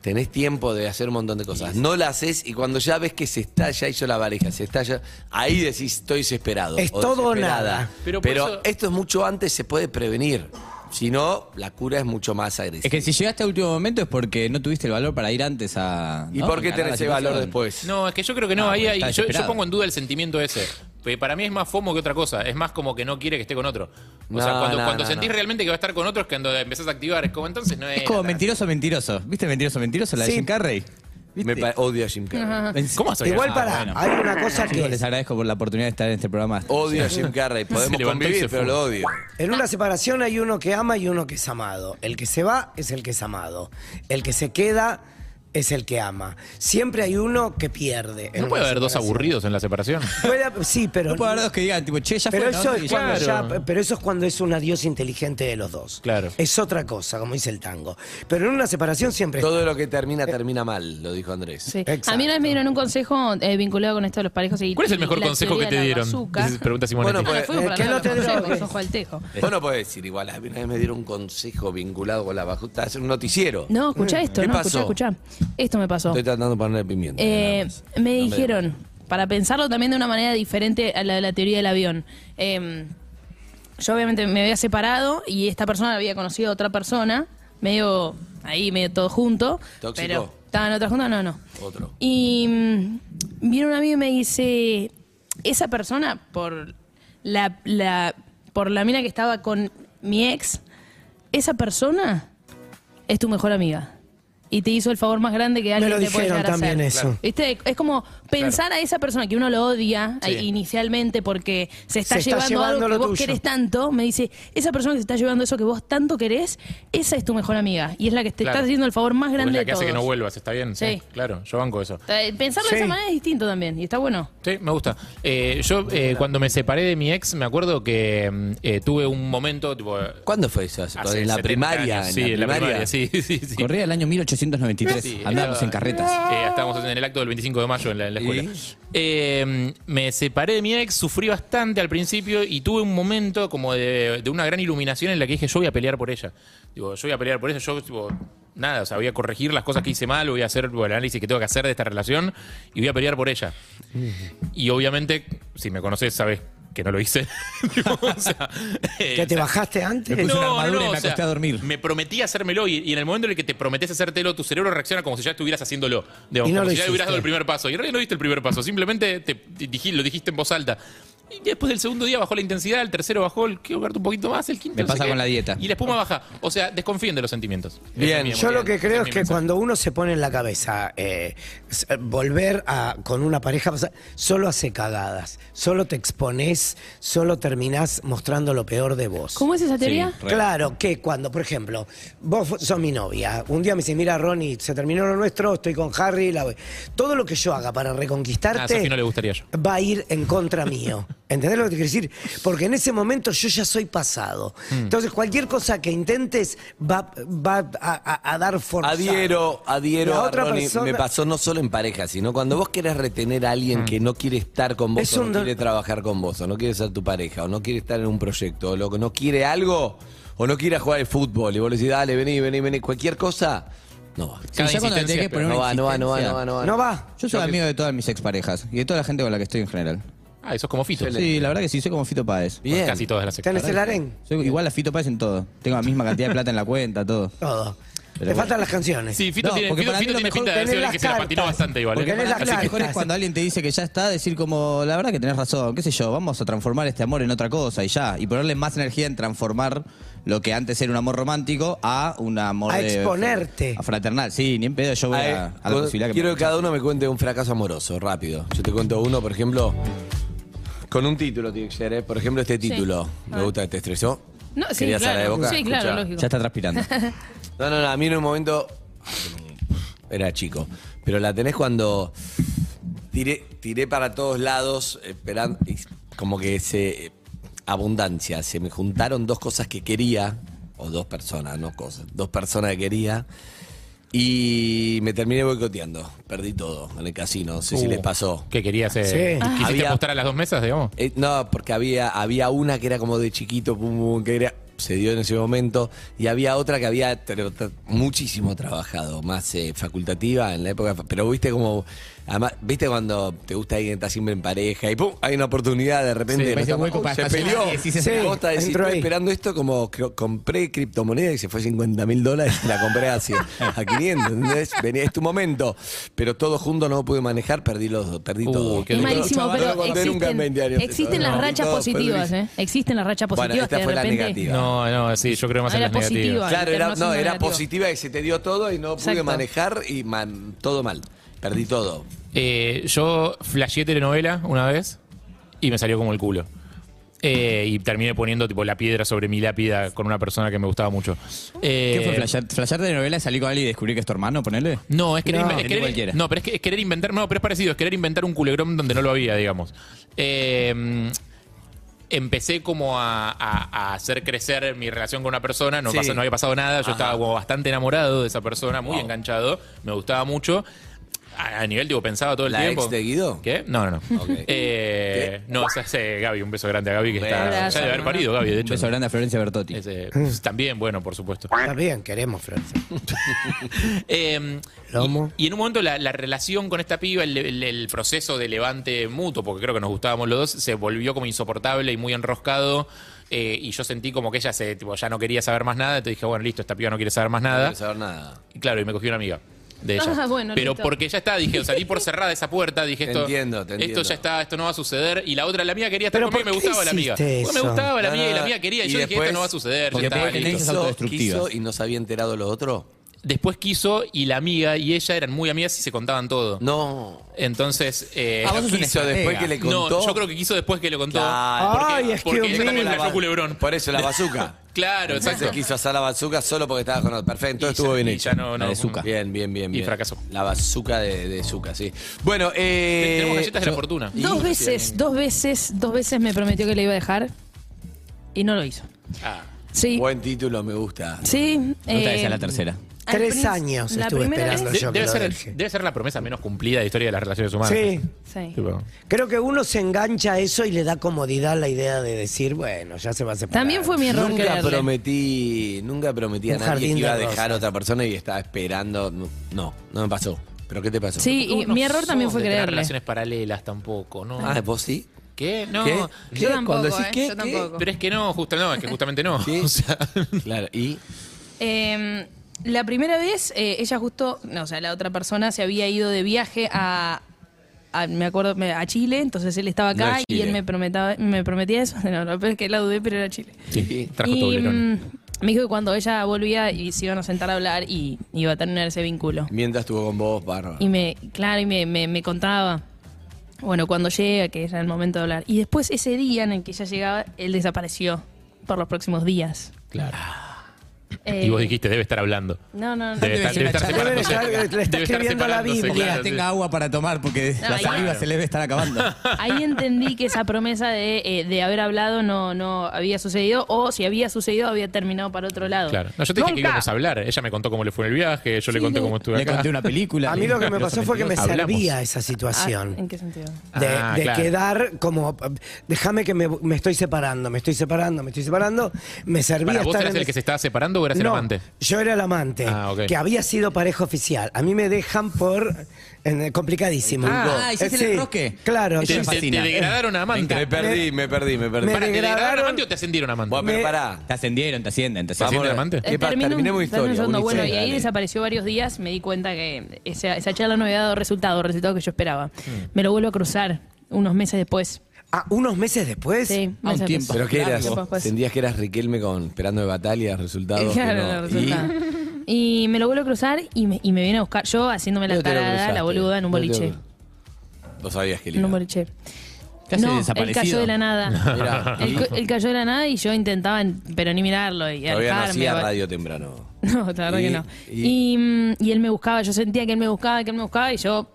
Speaker 5: tenés tiempo de hacer un montón de cosas. No la haces y cuando ya ves que se está, ya hizo la pareja, se está ya, ahí decís estoy desesperado.
Speaker 6: Es
Speaker 5: o
Speaker 6: todo o
Speaker 5: desesperada.
Speaker 6: nada.
Speaker 4: Pero
Speaker 5: Pero,
Speaker 4: por eso-
Speaker 5: esto es mucho antes, se puede prevenir. Si no, la cura es mucho más agresiva.
Speaker 8: Es que si llegaste a último momento es porque no tuviste el valor para ir antes a.
Speaker 5: ¿Y
Speaker 8: ¿no?
Speaker 5: por qué
Speaker 8: A ganar la
Speaker 5: tenés ese valor
Speaker 8: situación.
Speaker 5: después?
Speaker 4: No, es que yo creo que no.
Speaker 8: Ah,
Speaker 4: ahí
Speaker 8: porque
Speaker 4: hay-
Speaker 8: está
Speaker 4: yo, yo
Speaker 8: desesperado.
Speaker 4: pongo en duda el sentimiento ese. Porque para mí es más FOMO que otra cosa. Es más como que no quiere que esté con otro. O sea,
Speaker 5: No,
Speaker 4: cuando,
Speaker 5: no,
Speaker 4: cuando
Speaker 5: no,
Speaker 4: sentís
Speaker 5: no.
Speaker 4: realmente que va a estar con otro es cuando empezás a activar. Es como entonces no es.
Speaker 8: Es como mentiroso, mentiroso. ¿Viste mentiroso, mentiroso? La de
Speaker 6: Sí.
Speaker 5: *laughs*
Speaker 8: Jim Carrey.
Speaker 5: Me pa- odio a Jim Carrey.
Speaker 4: ¿Cómo soy?
Speaker 6: Igual
Speaker 4: Ah,
Speaker 6: para,
Speaker 4: bueno.
Speaker 6: hay una cosa que
Speaker 8: Chicos, les agradezco por la oportunidad de estar en este programa.
Speaker 5: Odio a Jim Carrey. Podemos
Speaker 4: levantó y se
Speaker 5: convivir,
Speaker 4: fue.
Speaker 5: pero lo odio.
Speaker 6: En una separación hay uno que ama y uno que es amado. El que se va es el que es amado. El que se queda es el que ama. Siempre hay uno que pierde. en
Speaker 4: No puede
Speaker 6: una
Speaker 4: haber dos
Speaker 6: separación.
Speaker 4: aburridos en la separación.
Speaker 6: Puede- sí, pero.
Speaker 8: No puede haber dos que digan, tipo, che, ya fue.
Speaker 6: pero
Speaker 8: ¿no?
Speaker 6: eso es
Speaker 8: Y ya-
Speaker 6: cuando
Speaker 4: Claro.
Speaker 6: ya- pero eso es cuando es un adiós inteligente de los dos.
Speaker 4: Claro.
Speaker 6: Es otra cosa, como dice el tango. Pero en una separación siempre
Speaker 5: Todo lo que termina, termina mal, lo dijo Andrés.
Speaker 7: Eh, Sí.
Speaker 6: Exacto.
Speaker 7: A mí una vez me dieron un consejo eh, vinculado con esto de los parejos. Y,
Speaker 4: ¿Cuál es el
Speaker 7: y
Speaker 4: mejor
Speaker 7: la
Speaker 4: consejo que
Speaker 7: teoría
Speaker 4: te
Speaker 7: de la
Speaker 4: dieron?
Speaker 7: bazooka.
Speaker 4: Pregunta Simonetti.
Speaker 5: Bueno, pues,
Speaker 7: No Ah, fuimos para
Speaker 6: ¿Qué
Speaker 7: nada
Speaker 6: no te
Speaker 7: de los
Speaker 6: drogues?
Speaker 7: consejos, ojo al tejo.
Speaker 5: Vos no podés decir igual. A mí una vez me dieron un consejo vinculado con la bajuta. Hacer un noticiero.
Speaker 7: No, escuchá
Speaker 5: Mm.
Speaker 7: esto,
Speaker 5: ¿Qué
Speaker 7: no, escuchá,
Speaker 5: pasó?
Speaker 7: escuchá. Esto me pasó.
Speaker 5: Estoy tratando de ponerle pimienta. nada
Speaker 7: Eh,
Speaker 5: más.
Speaker 7: me
Speaker 5: No
Speaker 7: dijeron, para pensarlo también de una manera diferente a la de la teoría del avión. eh, yo obviamente me había separado y esta persona había conocido a otra persona, medio ahí, medio todo junto.
Speaker 5: Tóxico.
Speaker 7: Pero estaban otras juntas, no, no.
Speaker 5: Otro.
Speaker 7: Y mm, viene un amigo y me dice, esa persona por la, la- por la mina que estaba con mi ex, esa persona es tu mejor amiga. Y te hizo el favor más grande que alguien
Speaker 6: lo
Speaker 7: te puede
Speaker 6: dijeron
Speaker 7: llegar a
Speaker 6: también
Speaker 7: hacer.
Speaker 6: eso.
Speaker 7: ¿Viste? Es como pensar a esa persona que uno lo odia eh, inicialmente porque se está,
Speaker 6: Se está
Speaker 7: llevando,
Speaker 6: llevando
Speaker 7: algo que
Speaker 6: lo
Speaker 7: vos
Speaker 6: tuyo.
Speaker 7: querés tanto. Me dice, esa persona que se está llevando eso que vos tanto querés, esa es tu mejor amiga. Y es la que te
Speaker 4: Claro.
Speaker 7: está haciendo el favor más
Speaker 4: Porque es
Speaker 7: grande
Speaker 4: la que hace
Speaker 7: de
Speaker 4: que no
Speaker 7: todos.
Speaker 4: vuelvas, está bien. Sí.
Speaker 7: Sí.
Speaker 4: Claro, yo banco eso.
Speaker 7: Eh, Pensarlo de
Speaker 6: Sí.
Speaker 7: esa manera es distinto también. Y está bueno.
Speaker 4: Sí, me gusta. Eh, yo eh, cuando me separé de mi ex, me acuerdo que mm, eh, tuve un momento tipo...
Speaker 5: ¿Cuándo fue eso? Hace-
Speaker 4: hace
Speaker 5: en la
Speaker 4: 70
Speaker 5: primaria.
Speaker 4: años. Sí, en la primaria, sí, *laughs* sí, sí.
Speaker 8: Corría el año 1893.
Speaker 4: Sí,
Speaker 8: Andábamos
Speaker 4: estaba-
Speaker 8: en carretas.
Speaker 4: Eh, estábamos en el acto del 25 de mayo en la, en la escuela. Eh, me separé de mi ex, sufrí bastante al principio y tuve un momento como de, de una gran iluminación en la que dije, yo voy a pelear por ella. Digo, yo voy a pelear por ella, yo tipo, nada, o sea, voy a corregir las cosas que hice mal, voy a hacer tipo, el análisis que tengo que hacer de esta relación y voy a pelear por ella. Y obviamente, si me conoces, sabes que no lo hice. *laughs* Tipo, o sea, eh,
Speaker 6: ¿Que
Speaker 4: o
Speaker 6: te
Speaker 4: sea,
Speaker 6: bajaste antes?
Speaker 8: Me puse una armadura y me acosté a dormir.
Speaker 4: me prometí hacérmelo y, y en el momento en el que te prometes hacértelo, tu cerebro reacciona como si ya estuvieras haciéndolo. Digamos,
Speaker 6: Y no lo
Speaker 4: como si ya hubieras
Speaker 6: hiciste.
Speaker 4: dado el primer paso. Y en realidad no diste el primer paso, simplemente te, te dij- lo dijiste en voz alta. Y después del segundo día bajó la intensidad, el tercero bajó, el quiero verte un poquito más, el quinto.
Speaker 8: Me
Speaker 4: no sé
Speaker 8: pasa
Speaker 4: qué.
Speaker 8: con la dieta.
Speaker 4: Y la espuma baja. O sea, desconfíen de los sentimientos. Ese
Speaker 5: Bien,
Speaker 4: es mi
Speaker 6: Yo lo que
Speaker 4: ese
Speaker 6: creo
Speaker 4: mi
Speaker 6: es que
Speaker 4: mensaje.
Speaker 6: cuando uno se pone en la cabeza eh, s- eh, volver a, con una pareja, o sea, solo hace cagadas, solo te expones, solo terminás mostrando lo peor de vos.
Speaker 7: ¿Cómo es esa teoría?
Speaker 6: Claro, que cuando, por ejemplo, vos fu- sos mi novia, un día me dices, mira Ronnie, se terminó lo nuestro, estoy con Harry, la voy". todo lo que yo haga para
Speaker 4: Ah, a
Speaker 6: reconquistarte
Speaker 4: Sofi no le gustaría yo.
Speaker 6: va a ir en contra mío. ¿Entendés lo que te quiero decir? Porque en ese momento yo ya soy pasado. Entonces cualquier cosa que intentes va, va a, a- a dar forma.
Speaker 5: Adhiero, adhiero
Speaker 6: La
Speaker 5: a
Speaker 6: otra
Speaker 5: Ronnie.
Speaker 6: persona-
Speaker 5: Me pasó no solo en pareja, sino cuando vos querés retener a alguien que no quiere estar con vos,
Speaker 6: Es
Speaker 5: o
Speaker 6: un
Speaker 5: no
Speaker 6: do-
Speaker 5: quiere trabajar con vos, o no quiere ser tu pareja, o no quiere estar en un proyecto, o lo, no quiere algo, o no quiere jugar al fútbol, y vos le decís, dale, vení, vení, vení, cualquier cosa, No va.
Speaker 8: Sí, ya cuando le tenés que poner
Speaker 5: No
Speaker 8: una
Speaker 5: va, no va, no va, no va,
Speaker 8: insistencia.
Speaker 5: no va.
Speaker 6: No va.
Speaker 8: Yo soy amigo de todas mis exparejas y de toda la gente con la que estoy en general.
Speaker 4: Ah, eso es como Fito. Pues
Speaker 8: Sí, la verdad que sí, soy como Fito Páez.
Speaker 5: Bien.
Speaker 4: Casi todas las
Speaker 6: ¿Tenés el harén?
Speaker 8: Soy igual a Fito Páez en todo. Tengo la misma cantidad de plata en la cuenta, todo.
Speaker 6: Todo. Te
Speaker 8: bueno.
Speaker 6: faltan las canciones.
Speaker 4: Sí, Fito
Speaker 8: No,
Speaker 4: tiene,
Speaker 8: porque
Speaker 4: Fito,
Speaker 8: para mí
Speaker 4: Fito
Speaker 8: lo
Speaker 4: tiene
Speaker 8: mejor
Speaker 4: pinta de
Speaker 6: tenés
Speaker 4: ser el
Speaker 6: las
Speaker 4: que se la patinó
Speaker 6: cartas.
Speaker 4: bastante igual.
Speaker 6: Porque
Speaker 4: ¿eh?
Speaker 6: tenés las
Speaker 4: Así
Speaker 8: Lo
Speaker 4: que- *laughs*
Speaker 8: mejor es cuando alguien te dice que ya está, decir como, la verdad que tenés razón, qué sé yo, vamos a transformar este amor en otra cosa y ya. Y ponerle más energía en transformar lo que antes era un amor romántico a un amor
Speaker 6: A
Speaker 8: de-
Speaker 6: exponerte.
Speaker 8: A fraternal, sí, ni en pedo yo voy
Speaker 5: Ay,
Speaker 8: a, a la
Speaker 5: Eh, vos-
Speaker 8: posibilidad que...
Speaker 5: quiero
Speaker 8: me-
Speaker 5: que cada uno me cuente un fracaso amoroso, rápido. Yo te cuento uno, por ejemplo, con un título tiene que ser, ¿eh? Por ejemplo, este título. Me gusta que te estresó.
Speaker 7: No, sí,
Speaker 5: ¿Querías
Speaker 7: claro.
Speaker 5: a la de boca?
Speaker 7: Sí, claro,
Speaker 5: Escuchá.
Speaker 7: lógico.
Speaker 8: Ya está transpirando.
Speaker 5: No, no, no, a mí en un momento era chico, pero la tenés cuando tiré, tiré para todos lados, esperando, y como que se abundancia, se me juntaron dos cosas que quería, o dos personas, no cosas, dos personas que quería. Y me terminé boicoteando, perdí todo en el casino, no sé si
Speaker 4: Uh,
Speaker 5: les pasó.
Speaker 4: ¿Qué querías? eh?
Speaker 6: Sí.
Speaker 4: ¿Quisiste
Speaker 5: Había-
Speaker 4: apostar a las dos mesas, digamos?
Speaker 5: Eh, no, porque había, había una que era como de chiquito, pum, pum, que era, se dio en ese momento, y había otra que había tra- tra- muchísimo trabajado, más eh, facultativa en la época, pero viste como, además, viste cuando te gusta alguien, estás siempre en pareja, y pum, hay una oportunidad de repente,
Speaker 8: Sí, parece un hueco para
Speaker 5: se
Speaker 8: espaciar
Speaker 5: peleó,
Speaker 8: a 16
Speaker 5: Sí,
Speaker 6: años.
Speaker 5: posta, decís,
Speaker 6: Entró
Speaker 5: "Estoy
Speaker 6: ahí".
Speaker 5: esperando esto, como cro- compré criptomoneda y se fue 50 mil dólares, la compré a, 100, a 500, ¿entendés? Venía, es tu momento, pero todo junto no pude manejar, perdí los dos, perdí
Speaker 4: Uh,
Speaker 5: todo.
Speaker 4: qué
Speaker 7: Es
Speaker 4: duro.
Speaker 7: malísimo,
Speaker 5: No lo
Speaker 7: pero
Speaker 5: conté nunca en 20
Speaker 7: existen,
Speaker 5: años.
Speaker 7: existen
Speaker 5: No,
Speaker 7: las
Speaker 5: no,
Speaker 7: rachas
Speaker 5: no,
Speaker 7: positivas,
Speaker 5: perdí.
Speaker 7: ¿eh? Existen las rachas
Speaker 5: Bueno,
Speaker 7: positivas
Speaker 5: esta
Speaker 7: que de
Speaker 5: fue la
Speaker 7: repente-
Speaker 5: negativa.
Speaker 4: No, no, sí, yo creo más
Speaker 7: Ah, Era
Speaker 4: en las
Speaker 7: positiva.
Speaker 4: negativas.
Speaker 5: Claro, era,
Speaker 7: Internacional
Speaker 5: no, era
Speaker 7: negativo.
Speaker 5: positiva y se te dio todo y no pude
Speaker 7: Exacto.
Speaker 5: manejar y man- todo mal. Perdí todo.
Speaker 4: Eh, yo flasheé telenovela una vez y me salió como el culo. Eh, y terminé poniendo tipo la piedra sobre mi lápida con una persona que me gustaba mucho. Eh,
Speaker 8: ¿Qué fue flashear? ¿Flashear de novela y salir con alguien y descubrir que es tu hermano, ponele?
Speaker 4: No, es querer,
Speaker 8: No,
Speaker 4: inven-
Speaker 8: ni
Speaker 4: es querer-
Speaker 8: cualquiera.
Speaker 4: no, pero es, que, es querer inventar. No, pero es parecido, es querer inventar un culegrón donde no lo había, digamos. Eh, empecé como a, a- a hacer crecer mi relación con una persona, no,
Speaker 5: Sí.
Speaker 4: pasó- no había pasado nada, yo estaba como bastante enamorado de esa persona, muy
Speaker 5: Wow.
Speaker 4: enganchado, me gustaba mucho. A, a nivel, tipo, pensaba todo el
Speaker 5: ¿La
Speaker 4: tiempo.
Speaker 5: ex de Guido?
Speaker 4: ¿Qué? No, no, no.
Speaker 5: Ok.
Speaker 4: Eh, no, esa es eh, Gaby, un beso grande a Gaby que
Speaker 5: Beso.
Speaker 4: está. Ya
Speaker 7: Abrazo,
Speaker 4: debe haber
Speaker 7: hermano.
Speaker 4: parido, Gaby, de
Speaker 8: Un
Speaker 4: hecho.
Speaker 8: beso grande a Florencia Bertotti.
Speaker 4: Es, eh, también, bueno,
Speaker 6: *clears throat*
Speaker 4: por supuesto.
Speaker 6: Está bien, queremos, Francia.
Speaker 4: Eh,
Speaker 6: Lo amo.
Speaker 4: y, y en un momento la, la relación con esta piba, el, el- el proceso de levante mutuo, porque creo que nos gustábamos los dos, se volvió como insoportable y muy enroscado. eh, y yo sentí como que ella se, tipo, ya no quería saber más nada. Te dije, bueno, listo, esta piba no quiere saber más
Speaker 5: No
Speaker 4: nada.
Speaker 5: quiero saber nada.
Speaker 4: Y claro, y me cogió una amiga. De ella.
Speaker 7: Ah, bueno,
Speaker 4: Pero
Speaker 7: listo.
Speaker 4: porque ya está, dije,
Speaker 7: *laughs*
Speaker 4: salí por cerrada esa puerta, dije
Speaker 5: Te
Speaker 4: esto.
Speaker 5: entiendo, te entiendo.
Speaker 4: Esto ya está, esto no va a suceder. Y la otra, la amiga quería estar
Speaker 6: Pero
Speaker 4: conmigo y me
Speaker 6: ¿por qué
Speaker 4: gustaba la amiga.
Speaker 6: hiciste
Speaker 4: Porque Me
Speaker 6: eso?
Speaker 4: gustaba la
Speaker 5: No,
Speaker 4: amiga y
Speaker 5: no,
Speaker 4: la
Speaker 5: no.
Speaker 4: amiga quería. Y,
Speaker 5: Y
Speaker 4: yo dije, esto
Speaker 5: después-
Speaker 4: no va a suceder. Ya
Speaker 8: porque
Speaker 4: está,
Speaker 8: después
Speaker 4: listo.
Speaker 8: tenés- Esas
Speaker 5: Quiso,
Speaker 8: autodestructivas.
Speaker 5: quiso y no se había enterado lo otro.
Speaker 4: Después quiso y la amiga y ella eran muy amigas y se contaban todo.
Speaker 5: No.
Speaker 4: Entonces, eh,
Speaker 8: Ah, vos sos un
Speaker 5: Quiso
Speaker 8: estratega.
Speaker 5: después que le
Speaker 4: no,
Speaker 5: contó.
Speaker 4: yo creo que quiso después que le contó.
Speaker 5: Claro.
Speaker 4: Porque,
Speaker 6: Ay, es que
Speaker 4: porque ella también
Speaker 6: humilde.
Speaker 4: flasheó culebrón.
Speaker 5: Por eso la bazuca.
Speaker 4: *laughs* Claro, exacto.
Speaker 5: Se quiso hacer la bazuca solo porque estaba con otro. Perfecto,
Speaker 4: Y
Speaker 5: estuvo
Speaker 4: ya-
Speaker 5: bien
Speaker 4: y
Speaker 5: hecho.
Speaker 4: ya no- no.
Speaker 5: La de Zucca. Bien, bien, bien,
Speaker 4: Y
Speaker 5: bien.
Speaker 4: fracasó.
Speaker 5: La bazuca de, de Zucca, sí. Bueno, eh.
Speaker 4: Tenemos galletas de la
Speaker 5: yo-
Speaker 4: fortuna.
Speaker 7: Dos veces, dos veces, dos veces me prometió que le iba a dejar y no lo hizo.
Speaker 4: Ah,
Speaker 7: Sí,
Speaker 5: Buen título, me gusta.
Speaker 7: sí.
Speaker 8: No te
Speaker 7: eh,
Speaker 8: decía la tercera.
Speaker 7: al
Speaker 6: Tres
Speaker 7: princ-
Speaker 6: años
Speaker 7: la
Speaker 6: estuve
Speaker 7: primera
Speaker 6: esperando
Speaker 4: de-
Speaker 6: yo que
Speaker 4: debe,
Speaker 6: lo
Speaker 4: ser,
Speaker 6: deje.
Speaker 4: debe ser la promesa menos cumplida de la historia de las relaciones humanas.
Speaker 6: Sí.
Speaker 7: Sí.
Speaker 4: Tipo,
Speaker 6: Creo que uno se engancha a eso y le da comodidad la idea de decir, bueno, ya se va a separar.
Speaker 7: También fue mi error
Speaker 5: Nunca
Speaker 7: creerle.
Speaker 5: prometí, nunca prometí a
Speaker 6: Un
Speaker 5: nadie
Speaker 6: jardín
Speaker 5: que iba a
Speaker 6: de
Speaker 5: dejar a
Speaker 6: rosas.
Speaker 5: otra persona y estaba esperando. No, No, no me pasó. ¿Pero qué te pasó?
Speaker 7: Sí, y
Speaker 4: no
Speaker 7: mi error también
Speaker 4: sos
Speaker 7: fue
Speaker 4: de tener
Speaker 7: creerle.
Speaker 4: relaciones paralelas tampoco, ¿no?
Speaker 5: Ah, ¿vos sí?
Speaker 4: ¿Qué? No.
Speaker 5: ¿Qué?
Speaker 7: Yo
Speaker 5: ¿Qué?
Speaker 7: tampoco,
Speaker 5: Cuando decís,
Speaker 7: eh,
Speaker 5: ¿qué? ¿Qué?
Speaker 7: yo tampoco.
Speaker 4: Pero es que no, justo no, es que justamente no.
Speaker 5: ¿Qué?
Speaker 4: *laughs* O sea,
Speaker 5: Claro, y
Speaker 7: Eh, la primera vez, eh, ella justo, no, o sea, la otra persona se había ido de viaje a, a- me acuerdo, me- a Chile, entonces él estaba
Speaker 5: No
Speaker 7: acá
Speaker 5: es
Speaker 7: y
Speaker 5: Chile.
Speaker 7: él me, prometaba, me prometía eso. *laughs* No, no, pero es que la dudé, pero era Chile.
Speaker 4: sí, trajo
Speaker 7: y
Speaker 4: Toblerone.
Speaker 7: mm, me dijo que cuando ella volvía y se iban a sentar a hablar y iba a terminar ese vínculo.
Speaker 5: mientras estuvo con vos, bárbaro.
Speaker 7: Y me, claro, y me, me- me contaba, bueno, cuando llega, que era el momento de hablar. Y después ese día en el que ella llegaba, él desapareció por los próximos días.
Speaker 4: Claro.
Speaker 7: Eh,
Speaker 4: Y vos dijiste, debe estar hablando.
Speaker 7: No, no, no.
Speaker 4: Debe estar, debe estar
Speaker 8: Debe
Speaker 4: separándose.
Speaker 6: estar- le está
Speaker 4: Debe estar
Speaker 6: escribiendo la
Speaker 4: separándose,
Speaker 6: Biblia.
Speaker 4: claro,
Speaker 8: Ojalá
Speaker 4: sí.
Speaker 8: tenga agua para tomar porque la
Speaker 7: ahí-
Speaker 8: saliva se le debe estar
Speaker 4: *laughs*
Speaker 8: acabando.
Speaker 7: Ahí entendí que esa promesa de, eh, de haber hablado no, no había sucedido, o si había sucedido, había terminado para otro lado.
Speaker 4: Claro. No, yo te dije que íbamos a hablar. Ella me contó cómo le fue en el viaje, yo le
Speaker 7: Sí,
Speaker 4: conté
Speaker 7: le-
Speaker 4: cómo estuve
Speaker 8: Le
Speaker 4: acá.
Speaker 8: conté una película.
Speaker 6: A mí lo que me
Speaker 8: Los
Speaker 6: pasó fue que me
Speaker 8: mentirosos.
Speaker 4: Hablamos.
Speaker 6: servía esa
Speaker 7: Ah,
Speaker 6: situación.
Speaker 7: ¿En qué sentido?
Speaker 6: De,
Speaker 4: Ah,
Speaker 6: de
Speaker 4: claro.
Speaker 6: quedar como, déjame que me, me estoy separando, me estoy separando, me estoy separando. Me servía
Speaker 4: ¿Para vos
Speaker 6: estar
Speaker 4: eras
Speaker 6: en
Speaker 4: el que se estaba separando o eras el
Speaker 6: No,
Speaker 4: amante?
Speaker 6: Yo era el amante,
Speaker 4: Ah, ok.
Speaker 6: que había sido pareja oficial. A mí me dejan por eh, complicadísimo.
Speaker 8: Ah, hiciste el
Speaker 6: sí,
Speaker 8: enrosque.
Speaker 6: Claro,
Speaker 8: Eso
Speaker 4: Te,
Speaker 8: me
Speaker 4: te- te
Speaker 8: fascina.
Speaker 4: degradaron a amante.
Speaker 5: Me perdí, me perdí, me perdí.
Speaker 6: Me
Speaker 4: Pará, ¿Te degradaron
Speaker 6: degradaron-
Speaker 4: a amante o te ascendieron a amante?
Speaker 5: Bueno, pero
Speaker 6: me-
Speaker 5: pará.
Speaker 8: Te ascendieron, te ascienden, te
Speaker 4: ¿Te
Speaker 8: ascienden.
Speaker 5: Vamos.
Speaker 4: ascendieron a amante?
Speaker 5: Eh, pa-
Speaker 7: Termino-
Speaker 5: terminemos
Speaker 7: termino
Speaker 5: historia,
Speaker 7: yendo.
Speaker 5: Ulises,
Speaker 7: Bueno, y ahí
Speaker 5: dale.
Speaker 7: desapareció varios días. Me di cuenta que esa, esa charla no había dado resultado, resultado que yo esperaba.
Speaker 4: Hmm.
Speaker 7: Me lo vuelvo a cruzar unos meses después.
Speaker 6: Ah, unos meses después.
Speaker 7: Sí,
Speaker 8: Ah, un
Speaker 7: meses
Speaker 8: tiempo.
Speaker 5: ¿Pero
Speaker 7: después.
Speaker 5: qué eras?
Speaker 7: Tiempo después. *laughs*
Speaker 5: Sentías que eras Riquelme con esperando de batalla, resultados. que
Speaker 7: Claro,
Speaker 5: no.
Speaker 7: no,
Speaker 5: Y-
Speaker 7: resultado. Y me lo vuelvo a cruzar y me, y me viene a buscar. Yo haciéndome la
Speaker 5: ¿Dónde te lo
Speaker 7: tarada, la
Speaker 5: cruzaste?
Speaker 7: boluda, en un
Speaker 5: ¿Dónde te lo
Speaker 7: boliche.
Speaker 5: cru- No sabías que
Speaker 7: En un
Speaker 5: lindo.
Speaker 7: boliche.
Speaker 8: Casi
Speaker 7: No, él
Speaker 8: desaparecido.
Speaker 7: cayó de la
Speaker 8: *laughs*
Speaker 7: nada.
Speaker 5: Mirá,
Speaker 7: él,
Speaker 5: y *laughs*
Speaker 7: co- él cayó de la nada y yo intentaba, en- pero ni mirarlo y
Speaker 5: todavía no
Speaker 7: alejarme.
Speaker 5: hacía
Speaker 7: va-
Speaker 5: radio temprano.
Speaker 7: *laughs* No, la verdad
Speaker 5: Y-
Speaker 7: que no.
Speaker 5: y-
Speaker 7: Y, mm, y él me buscaba, yo sentía que él me buscaba, que él me buscaba y yo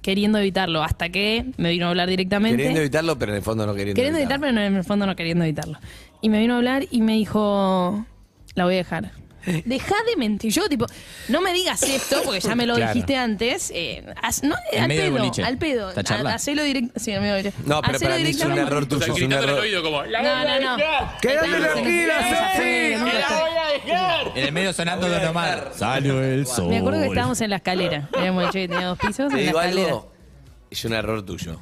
Speaker 7: queriendo evitarlo, hasta que me vino a hablar directamente.
Speaker 5: Queriendo evitarlo, pero en el fondo no queriendo.
Speaker 7: Queriendo evitarlo,
Speaker 5: evitarlo.
Speaker 7: pero no, en el fondo no queriendo evitarlo. Y me vino a hablar y me dijo, la voy a dejar. Deja de mentir. Yo, tipo, no me digas esto, porque ya me lo
Speaker 4: Claro.
Speaker 7: dijiste antes. eh, haz- no,
Speaker 8: En
Speaker 7: al
Speaker 8: medio del
Speaker 7: pedo,
Speaker 8: boliche.
Speaker 7: al pedo.
Speaker 8: ¿Esta charla?
Speaker 7: Ha- Hacelo directo. Sí, en medio del boliche.
Speaker 5: No, pero
Speaker 7: Hacelo
Speaker 5: para mí es un
Speaker 7: directamente.
Speaker 5: error
Speaker 4: O
Speaker 5: tuyo.
Speaker 4: sea,
Speaker 5: es un
Speaker 4: gritándole al
Speaker 5: error.
Speaker 4: oído como... "La
Speaker 7: No,
Speaker 4: voy a
Speaker 7: no, no.
Speaker 4: dejar".
Speaker 6: Quédate
Speaker 7: Claro,
Speaker 6: tranquila,
Speaker 7: sí,
Speaker 6: Sofi.
Speaker 7: sí, no,
Speaker 4: ¡La
Speaker 7: está-
Speaker 4: voy a dejar!
Speaker 8: En el medio sonando lo normal. Salió el sol.
Speaker 7: Me acuerdo que estábamos en la escalera. Era un boliche que tenía dos pisos.
Speaker 5: Te
Speaker 7: en la
Speaker 5: digo
Speaker 7: escalera.
Speaker 5: algo, es un error tuyo.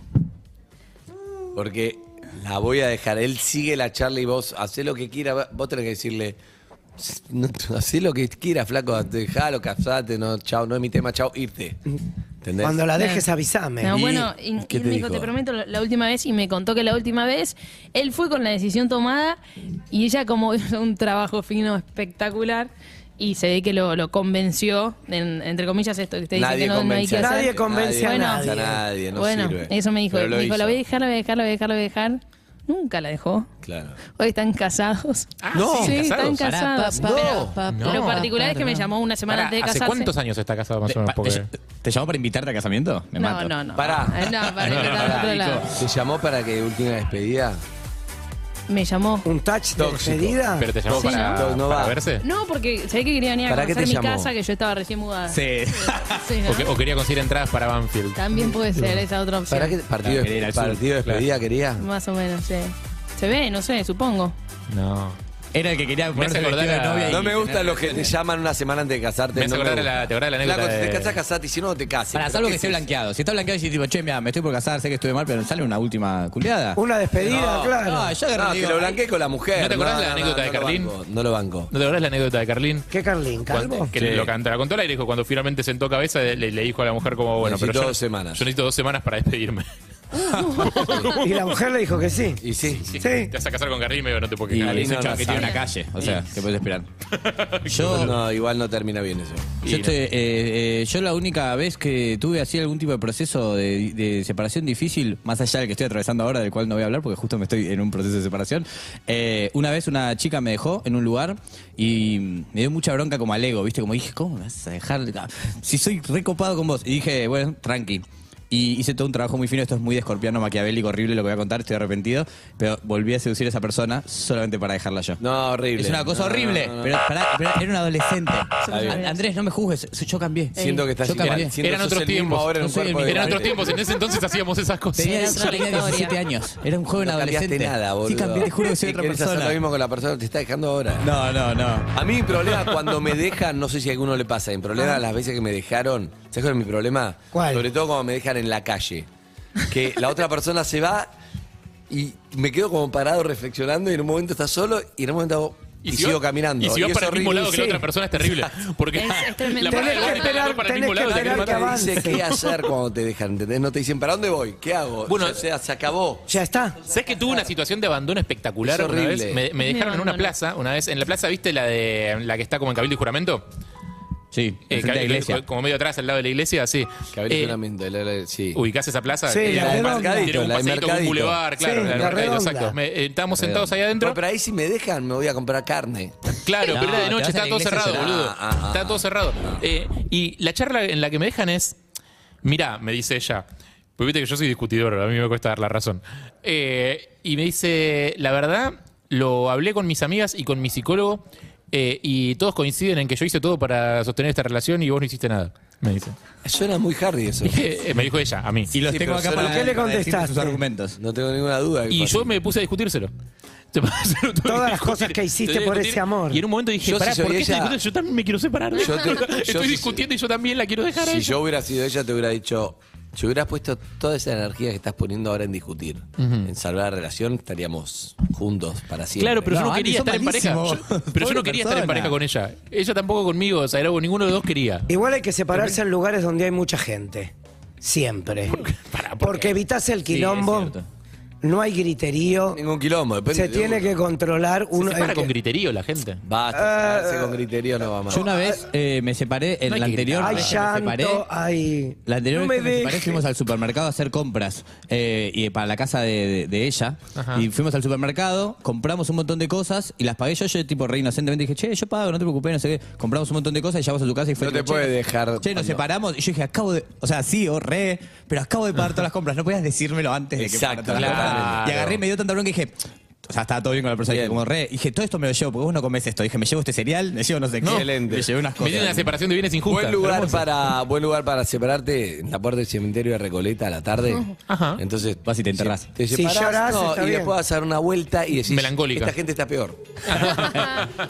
Speaker 5: Porque la voy a dejar. Él sigue la charla y vos hacé lo que quiera. Vos tenés que decirle, no, hacé lo que quiera, flaco. Dejalo, casate, no, chao, no es mi tema, chao, irte. ¿Entendés?
Speaker 6: Cuando la dejes, avísame.
Speaker 7: No,
Speaker 5: ¿Y
Speaker 7: bueno, y,
Speaker 5: qué
Speaker 7: y
Speaker 5: te
Speaker 7: me dijo,
Speaker 5: dijo?
Speaker 7: te prometo la- la última vez, y me contó que la última vez él fue con la decisión tomada y ella como *laughs* hizo un trabajo fino espectacular y se ve que lo, lo convenció, en- entre comillas esto que usted dice que no, no hay que
Speaker 5: a
Speaker 7: hacer.
Speaker 6: nadie. Nadie convence a
Speaker 5: Nadie
Speaker 6: nadie.
Speaker 5: convence a nadie, no
Speaker 7: bueno,
Speaker 5: sirve.
Speaker 7: eso me dijo,
Speaker 5: Pero lo
Speaker 7: me dijo, la voy a
Speaker 5: hizo,
Speaker 7: dejar, la voy a dejar, la voy a dejar, la voy a dejar. Nunca la dejó.
Speaker 5: Claro.
Speaker 7: Hoy están casados.
Speaker 4: No.
Speaker 7: sí,
Speaker 4: ¿Casados?
Speaker 7: están casados.
Speaker 4: Pará, pa,
Speaker 7: pero,
Speaker 4: pa,
Speaker 7: pero
Speaker 4: no.
Speaker 7: particular es que me llamó una semana
Speaker 4: Pará,
Speaker 7: antes de
Speaker 4: ¿Hace
Speaker 7: casarse.
Speaker 4: cuántos años está casado más
Speaker 8: Te,
Speaker 4: o menos?
Speaker 8: pa-
Speaker 4: Porque-
Speaker 8: te ll- ¿te llamó para invitarte a casamiento? Me
Speaker 7: No,
Speaker 8: mato.
Speaker 7: no, no.
Speaker 5: Pará.
Speaker 7: Eh, No, pará,
Speaker 8: No, no,
Speaker 7: está en
Speaker 8: pará,
Speaker 7: otro
Speaker 8: Nico.
Speaker 7: lado.
Speaker 5: ¿Te llamó para que última despedida?
Speaker 7: Me llamó.
Speaker 6: Un touch de
Speaker 5: Tóxico.
Speaker 6: despedida.
Speaker 4: ¿Pero te llamó
Speaker 7: Sí,
Speaker 4: para,
Speaker 5: no. No
Speaker 4: para
Speaker 5: va.
Speaker 4: verse?
Speaker 7: No, porque sabía que quería venir a
Speaker 5: ¿Para qué
Speaker 7: conocer mi
Speaker 5: te llamó?
Speaker 7: casa, que yo estaba recién mudada.
Speaker 8: Sí.
Speaker 7: Sí, ¿no?
Speaker 4: O, que- o quería conseguir entradas para Banfield.
Speaker 7: También puede ser esa otra opción.
Speaker 5: ¿Para qué partido,
Speaker 8: Ah, quería ir al sur,
Speaker 5: partido de
Speaker 4: claro.
Speaker 5: despedida quería?
Speaker 7: Más o menos, sí. Se ve, no sé, supongo.
Speaker 4: No.
Speaker 8: Era el que quería ponerse
Speaker 4: acordar
Speaker 8: vestido de
Speaker 4: a-
Speaker 8: novia. y
Speaker 5: No me
Speaker 8: tener-
Speaker 5: gustan los que te llaman una semana antes de casarte.
Speaker 4: Me hace
Speaker 5: no
Speaker 4: acordar
Speaker 5: gusta.
Speaker 4: la- ¿te acordás la anécdota
Speaker 5: Flaco, si
Speaker 4: de-
Speaker 5: te casas, casate. Y si no, te cases.
Speaker 8: Para,
Speaker 5: ¿Pero
Speaker 8: salvo
Speaker 5: qué
Speaker 8: que esté
Speaker 5: es eso?
Speaker 8: blanqueado. Si está blanqueado y decís, tipo, che, mira, me estoy por casar, sé que estuve mal, pero sale una última culiada.
Speaker 6: Una despedida, claro.
Speaker 8: No, yo agarré
Speaker 5: No,
Speaker 8: y
Speaker 5: te
Speaker 8: digo,
Speaker 5: lo blanqueé con la mujer.
Speaker 4: ¿No te acordás
Speaker 5: No,
Speaker 4: la
Speaker 5: no,
Speaker 4: anécdota
Speaker 5: no,
Speaker 4: de
Speaker 5: no lo
Speaker 4: Carlín?
Speaker 5: banco, No lo banco.
Speaker 4: ¿No te acordás la anécdota de Carlín?
Speaker 6: ¿Qué Carlín? ¿Calvo?
Speaker 4: Cuando- que lo cantó, la contó al aire y dijo, cuando finalmente sentó cabeza, le, le dijo a la mujer como, bueno, pero
Speaker 5: Necesito
Speaker 4: yo,
Speaker 5: dos semanas.
Speaker 4: yo necesito dos semanas para despedirme. *laughs*
Speaker 6: Y la mujer le dijo que sí.
Speaker 5: Y sí.
Speaker 4: Sí,
Speaker 6: Sí.
Speaker 4: Te vas a casar con Carlín, me digo, no te puedo
Speaker 8: Y
Speaker 4: quejar.
Speaker 5: Carlín
Speaker 8: es un
Speaker 5: no
Speaker 8: chabón
Speaker 5: la
Speaker 8: que tiene
Speaker 5: sabe.
Speaker 8: una calle. O sea, que puedes esperar.
Speaker 5: *laughs*
Speaker 8: Yo,
Speaker 5: No, igual no termina bien eso.
Speaker 8: yo, estoy, eh, eh, yo la única vez que tuve así algún tipo de proceso de, de separación difícil, más allá del que estoy atravesando ahora, del cual no voy a hablar porque justo me estoy en un proceso de separación, eh, una vez una chica me dejó en un lugar y me dio mucha bronca como al ego, ¿viste? Como dije, ¿cómo me vas a dejar? Si soy recopado con vos. Y dije, bueno, tranqui. Y hice todo un trabajo muy fino, esto es muy de escorpiano, maquiavélico, horrible lo que voy a contar, estoy arrepentido, pero volví a seducir a esa persona solamente para dejarla yo.
Speaker 5: No, horrible.
Speaker 8: Es una cosa
Speaker 5: No, no,
Speaker 8: horrible.
Speaker 5: no, no.
Speaker 8: Pero, pará, pero era un adolescente.
Speaker 7: Somos
Speaker 8: An-
Speaker 7: adolescentes.
Speaker 8: Andrés, no me juzgues. so- Yo cambié.
Speaker 5: Siento que estás
Speaker 8: Yo
Speaker 5: igual.
Speaker 8: cambié.
Speaker 5: Siento
Speaker 4: Eran
Speaker 5: sos
Speaker 4: otros
Speaker 5: el mismo
Speaker 4: tiempos.
Speaker 5: Ahora en un
Speaker 8: No soy el
Speaker 5: cuerpo de
Speaker 8: mismo.
Speaker 4: Eran otros
Speaker 5: grande.
Speaker 4: tiempos, en ese entonces hacíamos esas cosas.
Speaker 8: Tenía,
Speaker 7: Sí, otra
Speaker 8: tenía
Speaker 7: historia.
Speaker 8: 17 años. Era un joven
Speaker 5: No cambiaste
Speaker 8: adolescente.
Speaker 5: nada, boludo.
Speaker 8: Sí, cambié, te juro que soy
Speaker 5: Y
Speaker 8: otra
Speaker 5: querés hacer
Speaker 8: persona.
Speaker 5: lo mismo con la persona que te está dejando ahora.
Speaker 8: No, no, no.
Speaker 5: A mí mi problema cuando me dejan, no sé si a alguno le pasa, mi problema las veces que me dejaron, ¿sabes Ah. cuál es mi problema?
Speaker 6: ¿Cuál?
Speaker 5: Sobre todo cuando me dejan en la calle. Que la otra persona se va y me quedo como parado reflexionando y en un momento estás solo y en un momento hago- y,
Speaker 4: si
Speaker 5: sigo
Speaker 4: vas-
Speaker 5: caminando.
Speaker 4: Y si vas
Speaker 5: es
Speaker 4: para el mismo
Speaker 5: horrible.
Speaker 4: lado que la
Speaker 5: Sí.
Speaker 4: otra persona es terrible.
Speaker 5: *laughs*
Speaker 4: Porque
Speaker 7: Es- es tremendo.
Speaker 4: la parada
Speaker 6: Tenés
Speaker 4: de
Speaker 6: que
Speaker 4: bondi te
Speaker 6: esperar-
Speaker 4: va para el
Speaker 6: tenés
Speaker 4: mismo
Speaker 6: que
Speaker 4: lado y te
Speaker 6: esperar
Speaker 4: querés
Speaker 5: No
Speaker 6: que
Speaker 4: matar.
Speaker 5: te dice
Speaker 6: avance.
Speaker 5: qué hacer cuando te dejan, ¿entendés? No te dicen, ¿para dónde voy? ¿Qué hago?
Speaker 4: Bueno,
Speaker 5: o sea, se acabó.
Speaker 6: Ya está.
Speaker 4: ¿Sabes que tuve una situación de abandono espectacular
Speaker 5: Es
Speaker 4: una vez?
Speaker 5: horrible.
Speaker 4: Me, me
Speaker 7: Me
Speaker 4: dejaron en una
Speaker 7: abandonó.
Speaker 4: plaza, una vez. En la plaza, ¿viste la de la que está como en Cabildo y Juramento?
Speaker 8: Sí,
Speaker 4: Eh,
Speaker 8: enfrente de la
Speaker 4: Cabildo-
Speaker 8: iglesia.
Speaker 4: Como medio atrás, al lado de la iglesia, sí.
Speaker 5: Que hablé
Speaker 4: Eh,
Speaker 5: solamente, la- la- sí.
Speaker 4: ubicás esa plaza.
Speaker 6: Sí,
Speaker 4: Eh,
Speaker 6: la
Speaker 4: tiene
Speaker 6: de
Speaker 4: un pas-
Speaker 6: Redonda.
Speaker 4: Tiene un
Speaker 5: La de
Speaker 4: paseíto, como un
Speaker 5: Mercadito.
Speaker 4: bulevar, claro.
Speaker 6: Sí,
Speaker 4: la de
Speaker 6: la
Speaker 4: Mercadito,
Speaker 6: Redonda.
Speaker 4: exacto. Me- eh, estábamos sentados ahí adentro.
Speaker 5: No, pero ahí si me dejan me voy a comprar carne.
Speaker 4: Claro,
Speaker 8: No,
Speaker 4: pero era de
Speaker 8: te
Speaker 4: noche,
Speaker 8: vas a
Speaker 4: está
Speaker 8: la
Speaker 4: todo
Speaker 8: iglesia
Speaker 4: cerrado,
Speaker 8: sola.
Speaker 4: boludo.
Speaker 5: Ah, ah, ah.
Speaker 4: Está todo cerrado. Eh, y la charla en la que me dejan es. Mirá, me dice ella. Porque viste que yo soy discutidor, a mí me cuesta dar la razón. Eh, y me dice, la verdad, lo hablé con mis amigas y con mi psicólogo eh, y todos coinciden en que yo hice todo para sostener esta relación y vos no hiciste nada. Me dice.
Speaker 5: Suena muy Hardy
Speaker 4: *laughs*
Speaker 5: eso.
Speaker 4: Dije, eh, me dijo ella, a mí.
Speaker 8: Y los
Speaker 5: Sí, pero
Speaker 8: tengo acá
Speaker 5: solo-
Speaker 8: para,
Speaker 5: ¿Qué le
Speaker 8: para decirte
Speaker 6: contestaste?
Speaker 8: sus argumentos.
Speaker 5: No tengo ninguna duda.
Speaker 4: Y yo me puse a discutírselo. *laughs* Se lo tuve
Speaker 6: Todas
Speaker 4: que
Speaker 6: las cosas
Speaker 4: discutir,
Speaker 6: que hiciste
Speaker 4: lo tuve que
Speaker 6: por
Speaker 4: discutir,
Speaker 6: ese amor.
Speaker 4: Y en un momento dije,
Speaker 5: Yo, si
Speaker 4: pará,
Speaker 5: soy
Speaker 4: ¿por qué
Speaker 5: ella-
Speaker 4: estoy discutiendo? Yo también me quiero separar. de
Speaker 5: Yo
Speaker 4: ella.
Speaker 5: te- yo
Speaker 4: *laughs* Estoy
Speaker 5: si-
Speaker 4: discutiendo y yo también la quiero dejar a
Speaker 5: Si
Speaker 4: ella.
Speaker 5: yo hubiera sido ella, te hubiera dicho, si hubieras puesto toda esa energía que estás poniendo ahora en discutir, en salvar la relación, estaríamos juntos para siempre.
Speaker 4: Claro, pero yo
Speaker 8: No,
Speaker 4: no
Speaker 8: Andy,
Speaker 4: quería
Speaker 8: sos
Speaker 4: estar en pareja.
Speaker 8: malísimo.
Speaker 4: Yo- pero yo no
Speaker 8: Pobre
Speaker 4: quería estar en
Speaker 8: persona.
Speaker 4: pareja con ella. Ella tampoco conmigo. O sea, era ninguno de los dos quería.
Speaker 6: Igual hay que separarse en lugares donde hay mucha gente. Siempre.
Speaker 4: Pará, ¿por
Speaker 6: Porque
Speaker 4: qué?
Speaker 6: evitas
Speaker 8: Sí,
Speaker 6: el
Speaker 8: es
Speaker 6: quilombo,
Speaker 8: cierto.
Speaker 6: no hay griterío,
Speaker 5: Ningún quilombo. depende
Speaker 6: se
Speaker 5: de-
Speaker 6: tiene que controlar uno.
Speaker 4: Se separa
Speaker 6: el
Speaker 4: con
Speaker 6: que-
Speaker 4: griterío la gente.
Speaker 6: Ah,
Speaker 5: Basta, separarse con criterio no va más.
Speaker 8: Yo una vez eh, me separé en
Speaker 4: No hay
Speaker 8: la
Speaker 4: que
Speaker 8: anterior.
Speaker 4: gritar.
Speaker 6: Hay
Speaker 8: vez que me separé,
Speaker 6: llanto, hay.
Speaker 8: La anterior
Speaker 6: No
Speaker 8: vez que
Speaker 6: me
Speaker 8: me separé
Speaker 6: dejes.
Speaker 8: fuimos al supermercado a hacer compras eh, y para la casa de, de- de ella.
Speaker 4: Ajá.
Speaker 8: Y fuimos al supermercado, compramos un montón de cosas y las pagué yo. Yo, tipo, re inocentemente dije, che, yo pago, no te preocupes, no sé qué. Compramos un montón de cosas y llevamos a tu casa y fue
Speaker 5: No
Speaker 8: tipo,
Speaker 5: te puede
Speaker 8: "Che,
Speaker 5: dejar
Speaker 8: Che, nos
Speaker 5: cuando-
Speaker 8: separamos. Y yo dije, acabo de. O sea, sí, o re, pero acabo de
Speaker 5: *laughs*
Speaker 8: pagar todas las compras. No podías decírmelo antes de que
Speaker 5: Exacto,
Speaker 8: pagara todas las
Speaker 4: claro.
Speaker 8: compras". Y agarré y me dio tanta bronca que dije. O sea, estaba todo bien con la persona. y
Speaker 5: Bien.
Speaker 8: Como re, dije, todo esto me lo llevo, porque vos no comés esto. Dije, me llevo este cereal, me llevo no sé qué.
Speaker 5: No. Excelente.
Speaker 8: Me llevé unas
Speaker 4: Me tiene una
Speaker 8: cosas.
Speaker 4: separación de bienes injusta.
Speaker 5: Buen lugar,
Speaker 4: Hermoso.
Speaker 5: para, buen lugar para separarte en la puerta del cementerio de Recoleta a la tarde.
Speaker 4: Ajá.
Speaker 5: Entonces
Speaker 8: Vas y te enterrás.
Speaker 5: Te
Speaker 6: Si
Speaker 5: separás,
Speaker 6: llorás,
Speaker 5: no,
Speaker 6: está
Speaker 5: y
Speaker 6: bien.
Speaker 5: después vas a dar una vuelta y decís,
Speaker 4: Melancólica.
Speaker 5: esta gente está
Speaker 4: *laughs*
Speaker 5: peor.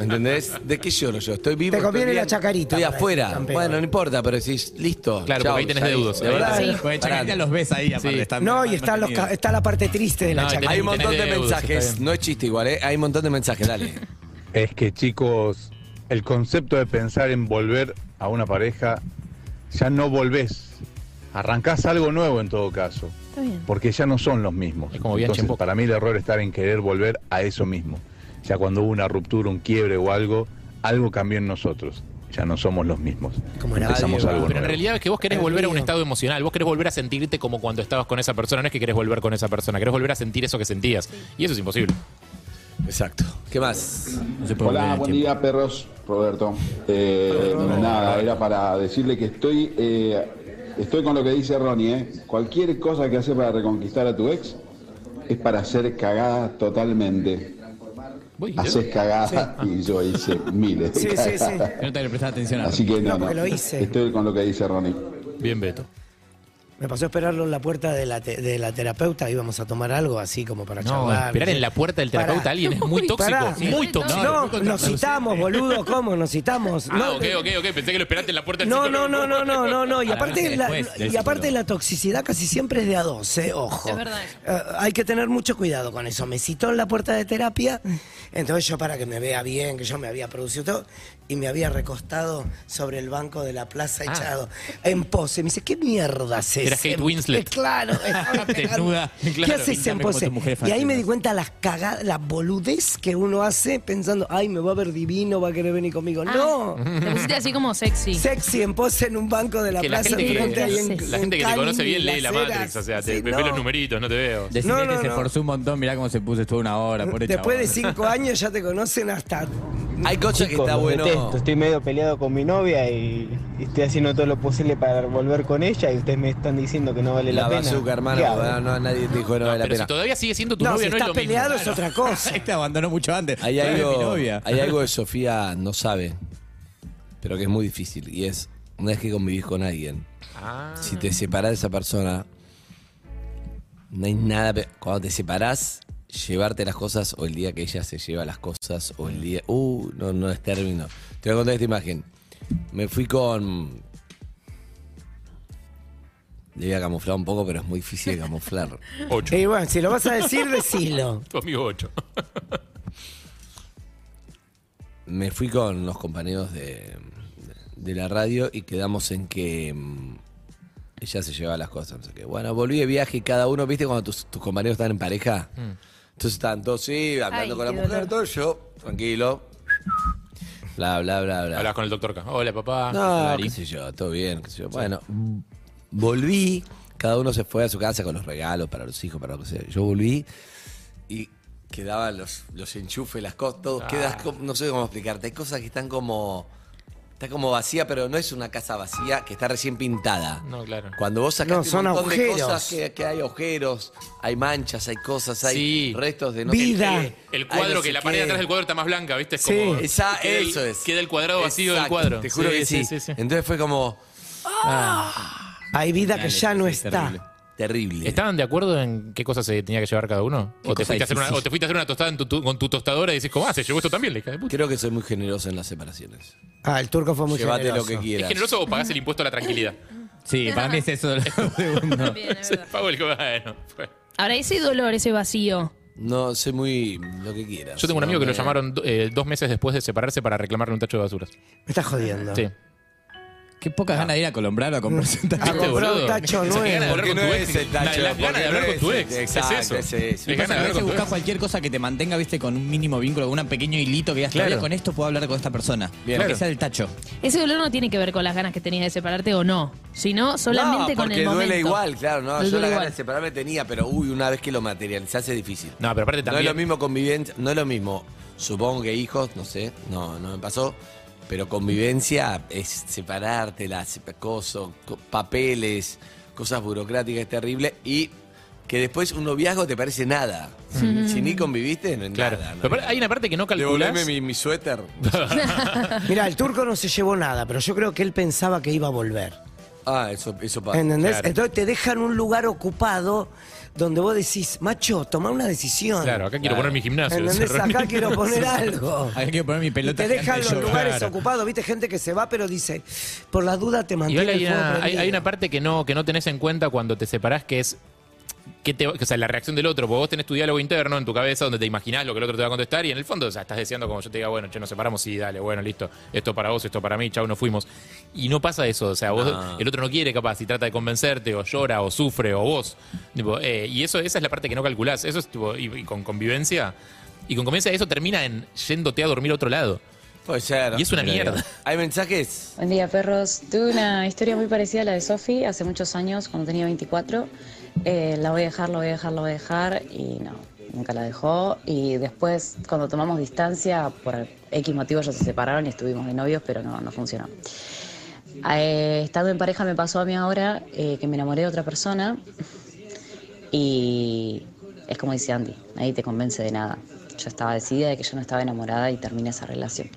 Speaker 5: ¿Entendés? ¿De qué lloro yo? Estoy vivo.
Speaker 6: Te
Speaker 5: estoy
Speaker 6: conviene
Speaker 5: bien,
Speaker 6: la chacarita
Speaker 5: Estoy
Speaker 6: para
Speaker 5: afuera.
Speaker 6: eso, campeón.
Speaker 5: Bueno, no importa, pero decís, listo.
Speaker 4: Claro,
Speaker 5: chau,
Speaker 4: porque ahí tenés
Speaker 5: ya listo.
Speaker 4: deudos,
Speaker 5: De
Speaker 4: ahí
Speaker 5: verdad,
Speaker 6: tenés.
Speaker 8: Porque
Speaker 5: pará.
Speaker 8: Chacarita los ves ahí, aparte.
Speaker 4: Sí.
Speaker 8: están-
Speaker 6: No, y
Speaker 8: están
Speaker 6: están los,
Speaker 8: contenidos.
Speaker 6: ca- está la parte triste de la
Speaker 4: No, y
Speaker 6: chacarita.
Speaker 5: Hay un
Speaker 4: Tenés-
Speaker 5: montón de
Speaker 4: tenés deudos, está
Speaker 5: mensajes.
Speaker 4: bien.
Speaker 5: No es chiste igual, ¿eh? Hay un montón de mensajes,
Speaker 4: *laughs*
Speaker 5: dale.
Speaker 11: es que chicos, el concepto de pensar en volver a una pareja, ya no volvés. Arrancás algo nuevo en todo caso,
Speaker 7: Está bien.
Speaker 11: porque ya no son los mismos.
Speaker 4: Es como Bianchi
Speaker 11: Entonces,
Speaker 4: en Boca.
Speaker 11: para mí el error está en querer volver a eso mismo. Ya cuando hubo una ruptura, un quiebre o algo, algo cambió en nosotros. Ya no somos los mismos.
Speaker 6: Como era
Speaker 11: Empezamos
Speaker 5: Adiós.
Speaker 11: algo
Speaker 4: Pero en
Speaker 11: nuevo.
Speaker 4: realidad es que vos querés
Speaker 6: Es
Speaker 4: volver a un
Speaker 6: mío.
Speaker 4: estado emocional, vos querés volver a sentirte como cuando estabas con esa persona, no es que querés volver con esa persona, querés volver a sentir eso que sentías. Y eso es imposible.
Speaker 5: Exacto. ¿Qué más?
Speaker 8: No se puede volver en el tiempo.
Speaker 11: día, perros. Roberto. nada, era para decirle que estoy, eh, estoy con lo que dice Ronnie. ¿eh? Cualquier cosa que hace para reconquistar a tu ex es para hacer cagada totalmente.
Speaker 4: Voy,
Speaker 11: Haces cagada y yo hice miles. de
Speaker 6: Sí, sí, sí.
Speaker 11: cagadas.
Speaker 8: No te le prestás atención a
Speaker 11: Así que
Speaker 6: No,
Speaker 11: no, no.
Speaker 6: porque lo hice.
Speaker 11: Estoy con lo que dice Ronnie.
Speaker 4: Bien, Beto.
Speaker 6: Me pasó a esperarlo en la puerta de la, te- de la terapeuta, íbamos a tomar algo así como para
Speaker 4: No,
Speaker 6: charlar.
Speaker 4: esperar en la puerta del terapeuta
Speaker 6: Pará.
Speaker 4: a alguien es muy
Speaker 6: Uy,
Speaker 4: tóxico.
Speaker 6: pará.
Speaker 4: Muy tóxico.
Speaker 6: No, nos citamos, boludo, ¿cómo? Nos citamos.
Speaker 4: Ah,
Speaker 6: No,
Speaker 4: ok, ok, ok. Pensé que lo esperaste en la puerta del
Speaker 6: No, no,
Speaker 4: psicólogo.
Speaker 6: no, no, no, no,
Speaker 4: *laughs*
Speaker 6: no. Y
Speaker 8: *laughs* A la noche
Speaker 6: aparte, la,
Speaker 8: después del
Speaker 6: y aparte
Speaker 8: psicólogo.
Speaker 6: la toxicidad casi siempre es de a dos, eh, ojo.
Speaker 7: Es verdad.
Speaker 6: Eh, hay que tener mucho cuidado con eso. Me citó en la puerta de terapia, entonces yo para que me vea bien, que yo me había producido todo, y me había recostado sobre el banco de la plaza
Speaker 4: Ah.
Speaker 6: echado en pose. Me dice, ¿qué mierda haces?
Speaker 4: Era Kate
Speaker 6: en-
Speaker 4: Winslet.
Speaker 8: *laughs*
Speaker 6: Eh, claro. estaba pegando.
Speaker 8: Desnuda,
Speaker 6: *laughs* ¿Qué
Speaker 8: claro,
Speaker 6: haces en
Speaker 8: pintame como
Speaker 6: pose?
Speaker 8: tus mujeres
Speaker 6: Y ahí me
Speaker 8: francesas.
Speaker 6: di cuenta las cagadas, la boludez que uno hace pensando, ay, me va a ver divino, va a querer venir conmigo.
Speaker 7: Ah,
Speaker 6: No.
Speaker 7: Te pusiste así como sexy.
Speaker 6: Sexy en pose en un banco de la
Speaker 4: Que la
Speaker 6: plaza.
Speaker 4: gente que,
Speaker 6: frente ahí en-
Speaker 4: la gente que te
Speaker 6: Cali,
Speaker 4: conoce bien lee la
Speaker 6: Las
Speaker 4: Matrix. O sea, te
Speaker 6: Heras.
Speaker 4: ve
Speaker 6: Sí,
Speaker 4: los
Speaker 6: no.
Speaker 4: numeritos, no te veo.
Speaker 8: Decirle
Speaker 6: No, no,
Speaker 8: que se
Speaker 6: no.
Speaker 8: esforzó un montón, mirá cómo se puso, estuvo una hora, por
Speaker 6: Después de cinco años ya te conocen hasta.
Speaker 5: Hay cosas que está bueno.
Speaker 11: estoy medio peleado con mi novia y, estoy haciendo todo lo posible para volver con ella y ustedes me están diciendo que no vale
Speaker 5: La bazooka, hermano. No, no, nadie te dijo que no vale la
Speaker 4: Pero si
Speaker 5: pena.
Speaker 4: todavía sigue siendo tu
Speaker 6: No, si
Speaker 4: novia, no es
Speaker 6: estás
Speaker 4: lo
Speaker 6: peleado
Speaker 4: mismo.
Speaker 6: es otra
Speaker 4: *laughs*
Speaker 6: cosa.
Speaker 8: *laughs* Este abandonó mucho antes.
Speaker 5: Hay
Speaker 8: Todavía es mi
Speaker 5: algo,
Speaker 8: novia.
Speaker 5: hay algo que Sofía no sabe, pero que es muy difícil. Y es, una vez que convivís con alguien,
Speaker 8: Ah.
Speaker 5: si te separás de esa persona, no hay nada. pe- Cuando te separás, llevarte las cosas o el día que ella se lleva las cosas o el día. Uh, no, no es término. Te voy a contar esta imagen. Me fui con. Le voy a camuflar un poco, pero es muy difícil de
Speaker 8: *laughs*
Speaker 5: camuflar.
Speaker 4: 8.
Speaker 6: Y bueno, si lo vas a decir, decilo.
Speaker 4: Tu amigo 8.
Speaker 5: me fui con los compañeros de, de la radio y quedamos en que mm, ella se llevaba las cosas, no sé qué. Bueno, volví de viaje y cada uno, viste, cuando tus, tus compañeros están en pareja, entonces estaban todos, sí, hablando
Speaker 7: Ay,
Speaker 5: con la
Speaker 7: qué
Speaker 5: mujer,
Speaker 7: dolor.
Speaker 5: todo yo, tranquilo, bla, bla, bla, bla.
Speaker 4: Hablas con el doctor K. Hola, papá.
Speaker 5: No,
Speaker 4: Claro.
Speaker 5: qué sé yo, todo bien, qué sé yo. Bueno, mm, volví, cada uno se fue a su casa con los regalos para los hijos, para lo que sea. Yo volví y
Speaker 4: Ah.
Speaker 5: quedaban los, los enchufes, las cosas, todo. Quedas, com- no sé cómo explicarte, hay cosas que están como Está como vacía, pero no es una casa vacía que está recién pintada.
Speaker 4: No, claro.
Speaker 5: Cuando vos sacaste
Speaker 6: No, son
Speaker 5: un montón
Speaker 6: agujeros.
Speaker 5: de cosas, que, que hay agujeros, hay manchas, hay cosas, hay
Speaker 4: Sí.
Speaker 5: restos de no
Speaker 6: Vida.
Speaker 5: sé qué.
Speaker 4: El
Speaker 5: Ay,
Speaker 4: cuadro,
Speaker 5: no
Speaker 4: que
Speaker 5: sé
Speaker 4: la pared
Speaker 5: qué.
Speaker 4: de atrás del cuadro está más blanca, ¿viste? Es
Speaker 6: Sí,
Speaker 4: como-
Speaker 5: Esa-
Speaker 4: *laughs* queda el-
Speaker 5: eso es.
Speaker 4: Queda el cuadrado vacío del
Speaker 5: Exacto,
Speaker 4: cuadro.
Speaker 5: Te juro
Speaker 4: Sí,
Speaker 5: que sí.
Speaker 4: sí, sí, sí.
Speaker 5: Entonces fue como
Speaker 6: Hay vida que
Speaker 8: Dale,
Speaker 6: ya no
Speaker 8: es terrible.
Speaker 6: está.
Speaker 5: terrible.
Speaker 4: ¿Estaban de acuerdo en qué cosas se tenía que llevar cada uno?
Speaker 8: Qué
Speaker 4: ¿O te,
Speaker 8: cosa
Speaker 4: fuiste a hacer una,
Speaker 8: difícil.
Speaker 4: o te fuiste a hacer una tostada en tu- tu- con tu tostadora y decís, ¿cómo? Ah, se llevó esto también, la hija de puta.
Speaker 5: Creo que soy muy generoso en las separaciones.
Speaker 6: Ah, el turco fue muy
Speaker 5: Llévate
Speaker 6: generoso.
Speaker 5: lo que
Speaker 4: ¿Es
Speaker 5: quieras.
Speaker 4: generoso o pagás el impuesto a la tranquilidad?
Speaker 8: Sí, para mí es
Speaker 4: *laughs*
Speaker 8: eso. lo segundo.
Speaker 7: Bien, es
Speaker 4: Se
Speaker 7: verdad.
Speaker 4: pagó el bueno, fue.
Speaker 7: Ahora, ese dolor, ese vacío.
Speaker 5: No, soy muy lo que quieras.
Speaker 4: Yo tengo un
Speaker 5: No
Speaker 4: amigo que lo
Speaker 5: me-
Speaker 4: llamaron do- eh, dos meses después de separarse para reclamarle un tacho de basuras.
Speaker 6: Me estás jodiendo.
Speaker 4: Sí.
Speaker 8: Qué pocas ganas de ir a Colombrar o a comprarse *laughs* un tacho.
Speaker 6: Ah, compró
Speaker 4: boludo?
Speaker 6: un tacho
Speaker 4: Esas
Speaker 6: nuevo.
Speaker 4: ganas de hablar
Speaker 5: Porque
Speaker 4: con
Speaker 5: no
Speaker 4: tu
Speaker 5: es
Speaker 4: ex.
Speaker 5: el tacho,
Speaker 4: Las
Speaker 5: porque
Speaker 4: ganas de
Speaker 5: no
Speaker 4: hablar con
Speaker 5: es
Speaker 4: tu
Speaker 5: el-
Speaker 4: ex. Es
Speaker 5: exacto,
Speaker 4: eso.
Speaker 5: es eso.
Speaker 4: Las
Speaker 8: Pasa
Speaker 4: ganas
Speaker 8: que
Speaker 4: de
Speaker 8: a
Speaker 4: hablar
Speaker 8: veces
Speaker 4: con tu
Speaker 8: buscas
Speaker 4: ex.
Speaker 8: cualquier cosa que te mantenga, viste, con un mínimo vínculo, con un pequeño hilito que digas,
Speaker 4: Claro.
Speaker 8: todavía con esto puedo hablar con esta persona.
Speaker 5: Bien.
Speaker 8: Aunque
Speaker 5: Claro.
Speaker 8: sea del tacho.
Speaker 7: Ese dolor no tiene que ver con las ganas que tenías de separarte o no, sino solamente
Speaker 5: no,
Speaker 7: con
Speaker 5: porque
Speaker 7: el momento.
Speaker 5: duele igual, claro. No,
Speaker 7: Le
Speaker 5: yo la
Speaker 7: duele
Speaker 5: gana de
Speaker 7: igual.
Speaker 5: separarme tenía, pero uy, una vez que lo materializás es difícil.
Speaker 4: No, pero aparte
Speaker 5: No es
Speaker 4: también.
Speaker 5: lo mismo convivencia, no es lo mismo. Supongo que hijos, no sé, no, no me pasó. Pero convivencia es separarte, las cosas, co- papeles, cosas burocráticas, es terrible. Y que después un noviazgo te parece nada. Si ni conviviste, no es
Speaker 4: Claro.
Speaker 5: nada.
Speaker 4: Pero aparte hay una parte que no calculás.
Speaker 5: Devolveme mi, mi suéter.
Speaker 6: Mira, el turco no se llevó nada, pero yo creo que él pensaba que iba a volver.
Speaker 5: Ah, eso, eso
Speaker 4: *laughs*
Speaker 5: pasa.
Speaker 6: ¿Entendés?
Speaker 4: Claro.
Speaker 6: Entonces te dejan un lugar ocupado donde vos decís, macho, toma una decisión.
Speaker 4: Claro, acá quiero poner mi gimnasio.
Speaker 6: ¿Entendés?
Speaker 4: Cerré mi-
Speaker 6: Acá quiero poner algo.
Speaker 8: Acá quiero poner mi
Speaker 6: Y
Speaker 8: pelota.
Speaker 6: te
Speaker 8: gigante
Speaker 6: dejan
Speaker 8: de
Speaker 6: los
Speaker 8: yoga.
Speaker 6: lugares
Speaker 4: Claro.
Speaker 6: ocupados, viste gente que se va, pero dice, por la duda te
Speaker 4: Igual
Speaker 6: mantiene
Speaker 4: hay
Speaker 6: el fuego
Speaker 4: una, hay,
Speaker 6: prendido.
Speaker 4: hay una parte que no, que no tenés en cuenta cuando te separás, que es que te, o sea, la reacción del otro. Porque vos tenés tu diálogo interno en tu cabeza donde te imaginás lo que el otro te va a contestar y en el fondo o sea, estás deseando, como yo te diga, bueno, che, nos separamos, sí, dale, bueno, listo. Esto para vos, esto para mí, chau, nos fuimos. Y no pasa eso. O sea, vos, el otro no quiere capaz y trata de convencerte o llora o sufre o vos. Tipo, eh, y eso esa es la parte que no calculás. Eso es tipo, y, y con convivencia. Y con convivencia eso termina en yéndote a dormir a otro lado.
Speaker 5: Puede ser.
Speaker 4: Y es una
Speaker 5: Mira,
Speaker 4: mierda.
Speaker 5: Hay mensajes.
Speaker 12: Buen día, perros. Tuve una historia muy parecida a la de Sofi hace muchos años, cuando tenía 24. Eh, la voy a dejar, la voy a dejar, la voy a dejar y no, nunca la dejó. Y después, cuando tomamos distancia, por X motivo ellos se separaron y estuvimos de novios, pero no, no funcionó. Eh, estando en pareja me pasó a mí ahora eh, que me enamoré de otra persona y es como dice Andy, nadie te convence de nada. Yo estaba decidida de que yo no estaba enamorada y terminé esa relación.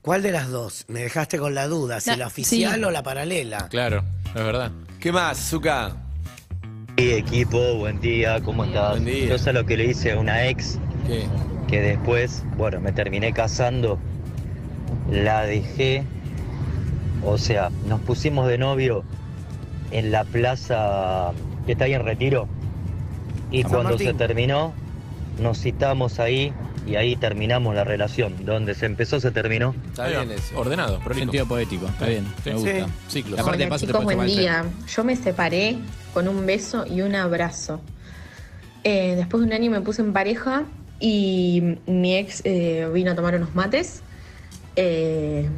Speaker 6: ¿Cuál de las dos? Me dejaste con la duda, si
Speaker 7: No,
Speaker 6: la oficial
Speaker 7: sí.
Speaker 6: o la paralela.
Speaker 4: Claro, Mm, es verdad.
Speaker 5: ¿Qué más, Zuka?
Speaker 13: Sí, equipo, buen día, ¿cómo estás?
Speaker 5: Buen día.
Speaker 13: Yo sé lo que le hice a una ex
Speaker 5: ¿Qué?
Speaker 13: que después, bueno, me terminé casando, la dejé, o sea, nos pusimos de novio en la plaza que está ahí en Retiro y
Speaker 6: San
Speaker 13: cuando
Speaker 6: Martín.
Speaker 13: se terminó nos citamos ahí y ahí terminamos la relación, donde se empezó se terminó.
Speaker 5: Está
Speaker 4: Ahí va.
Speaker 5: bien eso.
Speaker 4: Ordenado, prolijo.
Speaker 8: Sentido poético. Está bien.
Speaker 4: Sí.
Speaker 8: Me gusta.
Speaker 6: Sí.
Speaker 4: Ciclos.
Speaker 8: Aparte, de paso, te puedes tomar el tren.
Speaker 12: Yo me separé con un beso y un abrazo. Eh, después de un año me puse en pareja y mi ex eh, vino a tomar unos mates eh,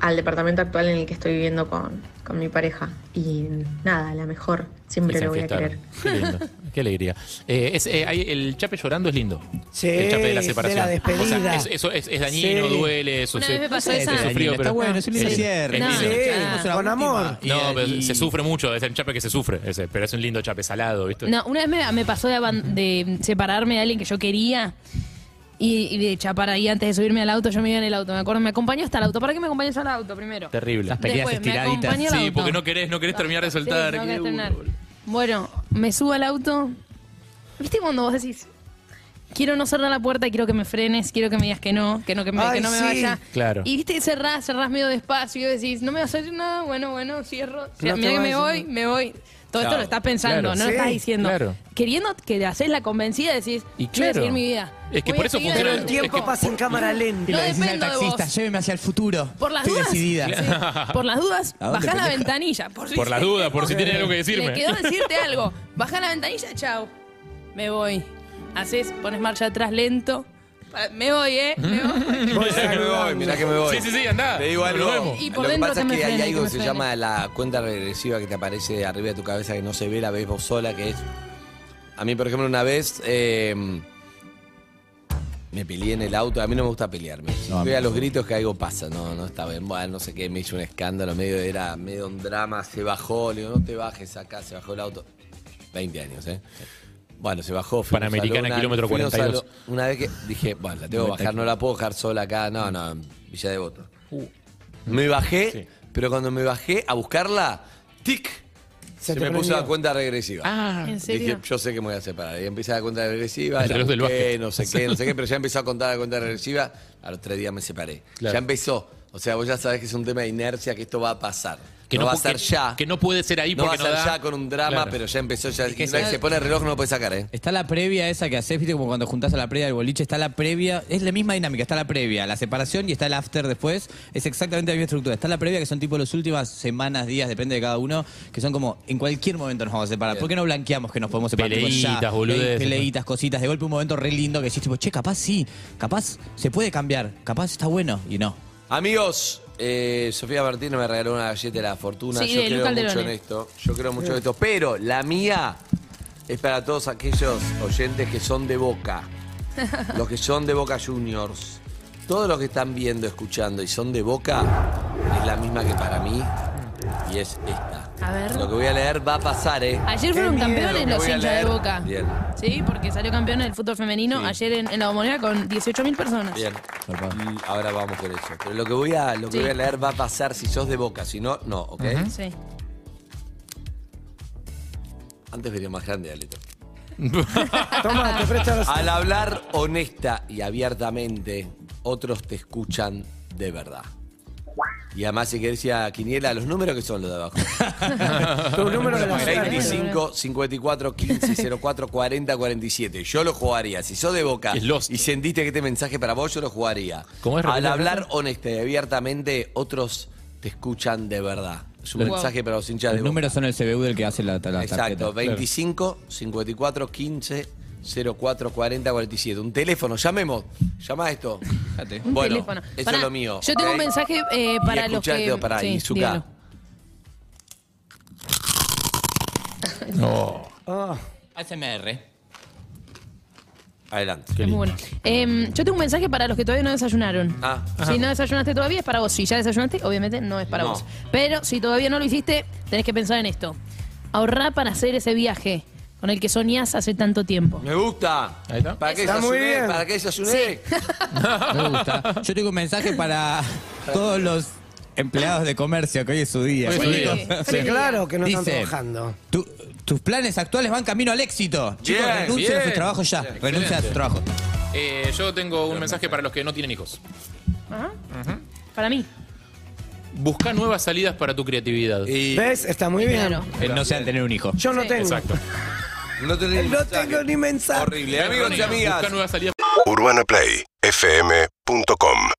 Speaker 12: al departamento actual en el que estoy viviendo con, con mi pareja. Y nada, la mejor. Siempre
Speaker 4: se
Speaker 12: lo voy a
Speaker 4: enfiestaron.
Speaker 12: querer.
Speaker 4: Qué lindo, qué alegría. Eh, es, eh, hay- el chape llorando es lindo.
Speaker 6: Sí,
Speaker 4: el chape de la
Speaker 6: de
Speaker 4: separación.
Speaker 6: la despedida.
Speaker 4: O sea, es, eso es, es dañino,
Speaker 6: Sí.
Speaker 4: duele, eso
Speaker 7: Una
Speaker 4: se,
Speaker 7: vez me pasó
Speaker 8: este
Speaker 4: se
Speaker 7: esa.
Speaker 4: sufrió,
Speaker 8: Está
Speaker 4: pero
Speaker 8: bueno, es un
Speaker 4: Sí,
Speaker 8: lindo cierre.
Speaker 4: es
Speaker 7: No,
Speaker 4: lindo.
Speaker 6: Sí,
Speaker 7: Ah.
Speaker 6: con amor.
Speaker 8: Y-
Speaker 4: No, pero
Speaker 8: y-
Speaker 4: se sufre mucho, es el chape que se sufre, ese, pero es un lindo chape salado, ¿viste?
Speaker 7: No, una vez me, me pasó de, aban- de separarme de alguien que yo quería y, y de chapar ahí antes de subirme al auto, yo me iba en el auto, me acuerdo, me acompañó hasta el auto. ¿Para qué me acompañas al auto primero?
Speaker 4: Terrible.
Speaker 8: Las peleas
Speaker 7: Después, me
Speaker 8: estiraditas.
Speaker 7: acompaña-
Speaker 4: Sí,
Speaker 7: auto.
Speaker 4: porque no querés, no querés terminar de
Speaker 7: Sí,
Speaker 4: soltar.
Speaker 7: tengo
Speaker 4: qué
Speaker 7: que estrenar.
Speaker 4: duro.
Speaker 7: Bueno, me subo al auto. ¿Viste cuando vos decís, quiero no cerrar la puerta, quiero que me frenes, quiero que me digas que no, que no, que me,
Speaker 6: Ay,
Speaker 7: que no me
Speaker 6: sí.
Speaker 7: vaya?
Speaker 4: Claro.
Speaker 7: Y viste, cerrás, cerrás medio despacio y decís, no me vas a decir nada, bueno, bueno, cierro.
Speaker 6: No te
Speaker 7: Mira que me
Speaker 6: vayas.
Speaker 7: voy, me voy. Todo esto
Speaker 5: Claro,
Speaker 7: lo estás pensando,
Speaker 4: claro.
Speaker 7: no lo
Speaker 6: Sí,
Speaker 7: estás diciendo.
Speaker 4: claro.
Speaker 7: Queriendo que te haces la convencida, decís,
Speaker 4: Y
Speaker 7: voy a
Speaker 4: claro.
Speaker 7: seguir mi vida.
Speaker 4: Es que
Speaker 7: Voy a
Speaker 4: por eso
Speaker 7: seguir adelante.
Speaker 4: funciona
Speaker 6: Pero el tiempo
Speaker 4: Es que-
Speaker 6: pasa en cámara
Speaker 8: Y
Speaker 6: lenta.
Speaker 8: lo
Speaker 7: No
Speaker 8: decís al
Speaker 7: dependo de
Speaker 8: taxista,
Speaker 7: vos.
Speaker 8: lléveme hacia el futuro.
Speaker 7: Por las
Speaker 8: Estoy
Speaker 7: dudas.
Speaker 8: decidida.
Speaker 4: *laughs*
Speaker 7: sí, por las dudas,
Speaker 8: ¿A dónde,
Speaker 7: bajá la
Speaker 8: pendeja?
Speaker 7: ventanilla. Por, si
Speaker 4: Por las
Speaker 7: se-
Speaker 4: dudas, por si tiene algo que
Speaker 7: Le
Speaker 4: decirme.
Speaker 7: quedó decirte algo. Bajá la ventanilla, chao. Me voy. Haces, pones marcha atrás lento. Pa- Me voy, ¿eh? Me voy.
Speaker 5: *laughs* Mirá que me voy, mirá que me voy.
Speaker 4: Sí, sí, sí, andá.
Speaker 5: Te digo
Speaker 4: Nos
Speaker 5: algo.
Speaker 4: vemos.
Speaker 7: Y
Speaker 5: Lo
Speaker 7: por
Speaker 5: que
Speaker 7: dentro
Speaker 5: pasa
Speaker 7: que
Speaker 5: es
Speaker 7: me
Speaker 5: que hay
Speaker 7: frene,
Speaker 5: algo
Speaker 7: que
Speaker 5: que
Speaker 7: me
Speaker 5: se
Speaker 7: frene.
Speaker 5: llama la cuenta regresiva que te aparece arriba de tu cabeza que no se ve, la ves vos sola, que es... A mí, por ejemplo, una vez eh, Me peleé en el auto, a mí no me gusta pelearme. Si
Speaker 8: No, a mí
Speaker 5: estoy a los
Speaker 8: tampoco.
Speaker 5: gritos que algo pasa, no, no está bien, bueno, no sé qué, me hizo un escándalo, medio era medio un drama, se bajó, le digo, no te bajes acá, se bajó el auto. 20 años, ¿eh? Bueno, se bajó. fuimos a
Speaker 4: Panamericana,
Speaker 5: Luna,
Speaker 4: kilómetro
Speaker 5: fuimos a
Speaker 4: 42.
Speaker 5: Lu- Una vez que dije, bueno, la tengo que bajar, no la puedo dejar sola acá, no, no, en Villa Devoto.
Speaker 4: Uh. Mm.
Speaker 5: Me bajé, pero cuando me bajé a buscarla, tic, se,
Speaker 6: te
Speaker 5: me puso
Speaker 6: prendió.
Speaker 5: la cuenta regresiva.
Speaker 7: Ah. ¿En serio?
Speaker 5: Dije, yo sé que me voy a separar. Y empecé la cuenta regresiva,
Speaker 4: El
Speaker 5: la
Speaker 4: reloj del
Speaker 5: busqué,
Speaker 4: básquet.
Speaker 5: no sé qué, no sé
Speaker 4: *laughs*
Speaker 5: qué, pero ya empezó a contar la cuenta regresiva. A los tres días me separé.
Speaker 4: Claro.
Speaker 5: Ya empezó. O sea, vos ya sabés que es un tema de inercia, que esto va a pasar.
Speaker 4: Que
Speaker 5: no, va a
Speaker 4: pu-
Speaker 5: ser
Speaker 4: que-
Speaker 5: ya.
Speaker 4: Que no puede ser ahí
Speaker 5: no va a
Speaker 4: porque no,
Speaker 5: ser
Speaker 4: da.
Speaker 5: ya con un drama,
Speaker 4: Claro.
Speaker 5: pero ya empezó. Ya,
Speaker 8: que
Speaker 5: y una vez
Speaker 8: sea-
Speaker 5: se pone el reloj, no lo puedes sacar, ¿eh?
Speaker 8: Está la previa esa que haces, viste, como cuando juntás a la previa del boliche, está la previa, es la misma dinámica, está la previa, la separación y está el after después, es exactamente la misma estructura. Está la previa que son tipo las últimas semanas, días, depende de cada uno, que son como en cualquier momento nos vamos a separar. ¿Por qué no blanqueamos que nos podemos separar? Tipo,
Speaker 4: Peleitas,
Speaker 8: ya,
Speaker 4: boludeces,
Speaker 8: Peleitas, cositas, de golpe un momento re lindo que decís tipo, che, capaz sí, capaz se puede cambiar, capaz está bueno y no.
Speaker 5: Amigos, eh, Sofía Martino me regaló una galleta de la fortuna.
Speaker 7: Sí,
Speaker 5: Yo
Speaker 7: de
Speaker 5: creo
Speaker 7: Luca
Speaker 5: mucho en
Speaker 7: Alderone.
Speaker 5: esto. Yo creo mucho en esto. Pero la mía es para todos aquellos oyentes que son de
Speaker 7: *laughs*
Speaker 5: Boca. Los que son de Boca Juniors. Todos los que están viendo, escuchando y son de Boca, es la misma que para mí. Y es esta.
Speaker 7: A ver.
Speaker 5: Lo que voy a leer va a pasar, ¿eh?
Speaker 7: Ayer fueron campeones
Speaker 5: Lo que
Speaker 7: los
Speaker 5: voy a
Speaker 7: hinchas de
Speaker 5: leer-
Speaker 7: Boca.
Speaker 5: Bien,
Speaker 7: Sí, porque salió campeón del fútbol femenino ayer en, en la bombonera con 18.000 personas.
Speaker 5: bien. Y Ahora vamos con eso. Pero lo que voy a, lo que
Speaker 7: Sí.
Speaker 5: voy a leer va a pasar si sos de Boca. Si no, no, ¿ok?
Speaker 7: Sí.
Speaker 5: Antes venía más grande la letra.
Speaker 6: Toma, te presto los...
Speaker 5: Al hablar honesta y abiertamente, otros te escuchan de verdad. Y además, si querés ir a Quiniela, los números que son los de abajo.
Speaker 6: Tu número de la suerte.
Speaker 5: 25, 54, 15, 04, 40, 47. Yo lo jugaría. Si sos de Boca
Speaker 4: Es Lost.
Speaker 5: y sentiste que este mensaje para vos, yo lo jugaría.
Speaker 4: ¿Cómo es?
Speaker 5: Al
Speaker 4: ¿Repetí la
Speaker 5: hablar
Speaker 4: frase?
Speaker 5: honesta y abiertamente, otros te escuchan de verdad. Es un
Speaker 8: Wow.
Speaker 5: mensaje para los hinchas de
Speaker 8: Los
Speaker 5: Boca.
Speaker 8: números son el CBU del que hace la, la tarjeta.
Speaker 5: Exacto, 25 54 15 04 40 47. Un teléfono, llamemos. Llama a esto.
Speaker 7: Un
Speaker 5: bueno,
Speaker 7: teléfono.
Speaker 5: eso
Speaker 7: Pará,
Speaker 5: es lo mío.
Speaker 7: Yo tengo
Speaker 5: ¿ok?
Speaker 7: un mensaje eh,
Speaker 5: Y
Speaker 7: para los
Speaker 5: escuchate,
Speaker 7: que...
Speaker 5: pará,
Speaker 7: sí,
Speaker 5: y Zucca.
Speaker 7: dígalo.
Speaker 4: No.
Speaker 6: Ah,
Speaker 8: ASMR.
Speaker 5: Adelante.
Speaker 4: Qué
Speaker 7: Muy
Speaker 4: lindo.
Speaker 7: bueno. Em, yo tengo un mensaje para los que todavía no desayunaron.
Speaker 5: Ah,
Speaker 7: Si no desayunaste todavía es para vos. Si ya desayunaste, obviamente no es para
Speaker 5: No.
Speaker 7: vos. Pero si todavía no lo hiciste, tenés que pensar en esto. Ahorrar para hacer ese viaje con el que soñás hace tanto tiempo.
Speaker 5: me gusta.
Speaker 4: Ahí está.
Speaker 5: ¿Para qué
Speaker 6: Está muy
Speaker 5: desayuné?
Speaker 6: bien.
Speaker 5: ¿Para qué desayuné?
Speaker 7: *laughs*
Speaker 8: Me gusta. Yo tengo un mensaje para todos los empleados de comercio, que hoy es su día.
Speaker 4: Hoy es su
Speaker 8: chicos.
Speaker 4: día.
Speaker 7: Sí.
Speaker 6: sí, claro que no
Speaker 8: Dice-
Speaker 6: están trabajando.
Speaker 8: Tu- tus planes actuales van camino al éxito. Chicos,
Speaker 5: Bien,
Speaker 8: renuncien a
Speaker 5: bien.
Speaker 8: sus trabajos ya. Renuncien a sus trabajos.
Speaker 4: Eh, yo tengo un mensaje para los que no tienen hijos.
Speaker 7: Ajá. Para mí.
Speaker 4: Busca nuevas salidas para tu creatividad.
Speaker 5: Y
Speaker 6: ¿Ves? Está muy bien.
Speaker 7: Claro.
Speaker 8: El no sean tener un hijo.
Speaker 6: Yo no
Speaker 7: Sí.
Speaker 6: tengo.
Speaker 4: Exacto.
Speaker 5: no tenés
Speaker 6: No tengo ni mensaje.
Speaker 5: Horrible. Eh, Amigos y
Speaker 4: Busca
Speaker 5: amigas.
Speaker 4: nuevas salidas.
Speaker 14: UrbanaPlayFM.com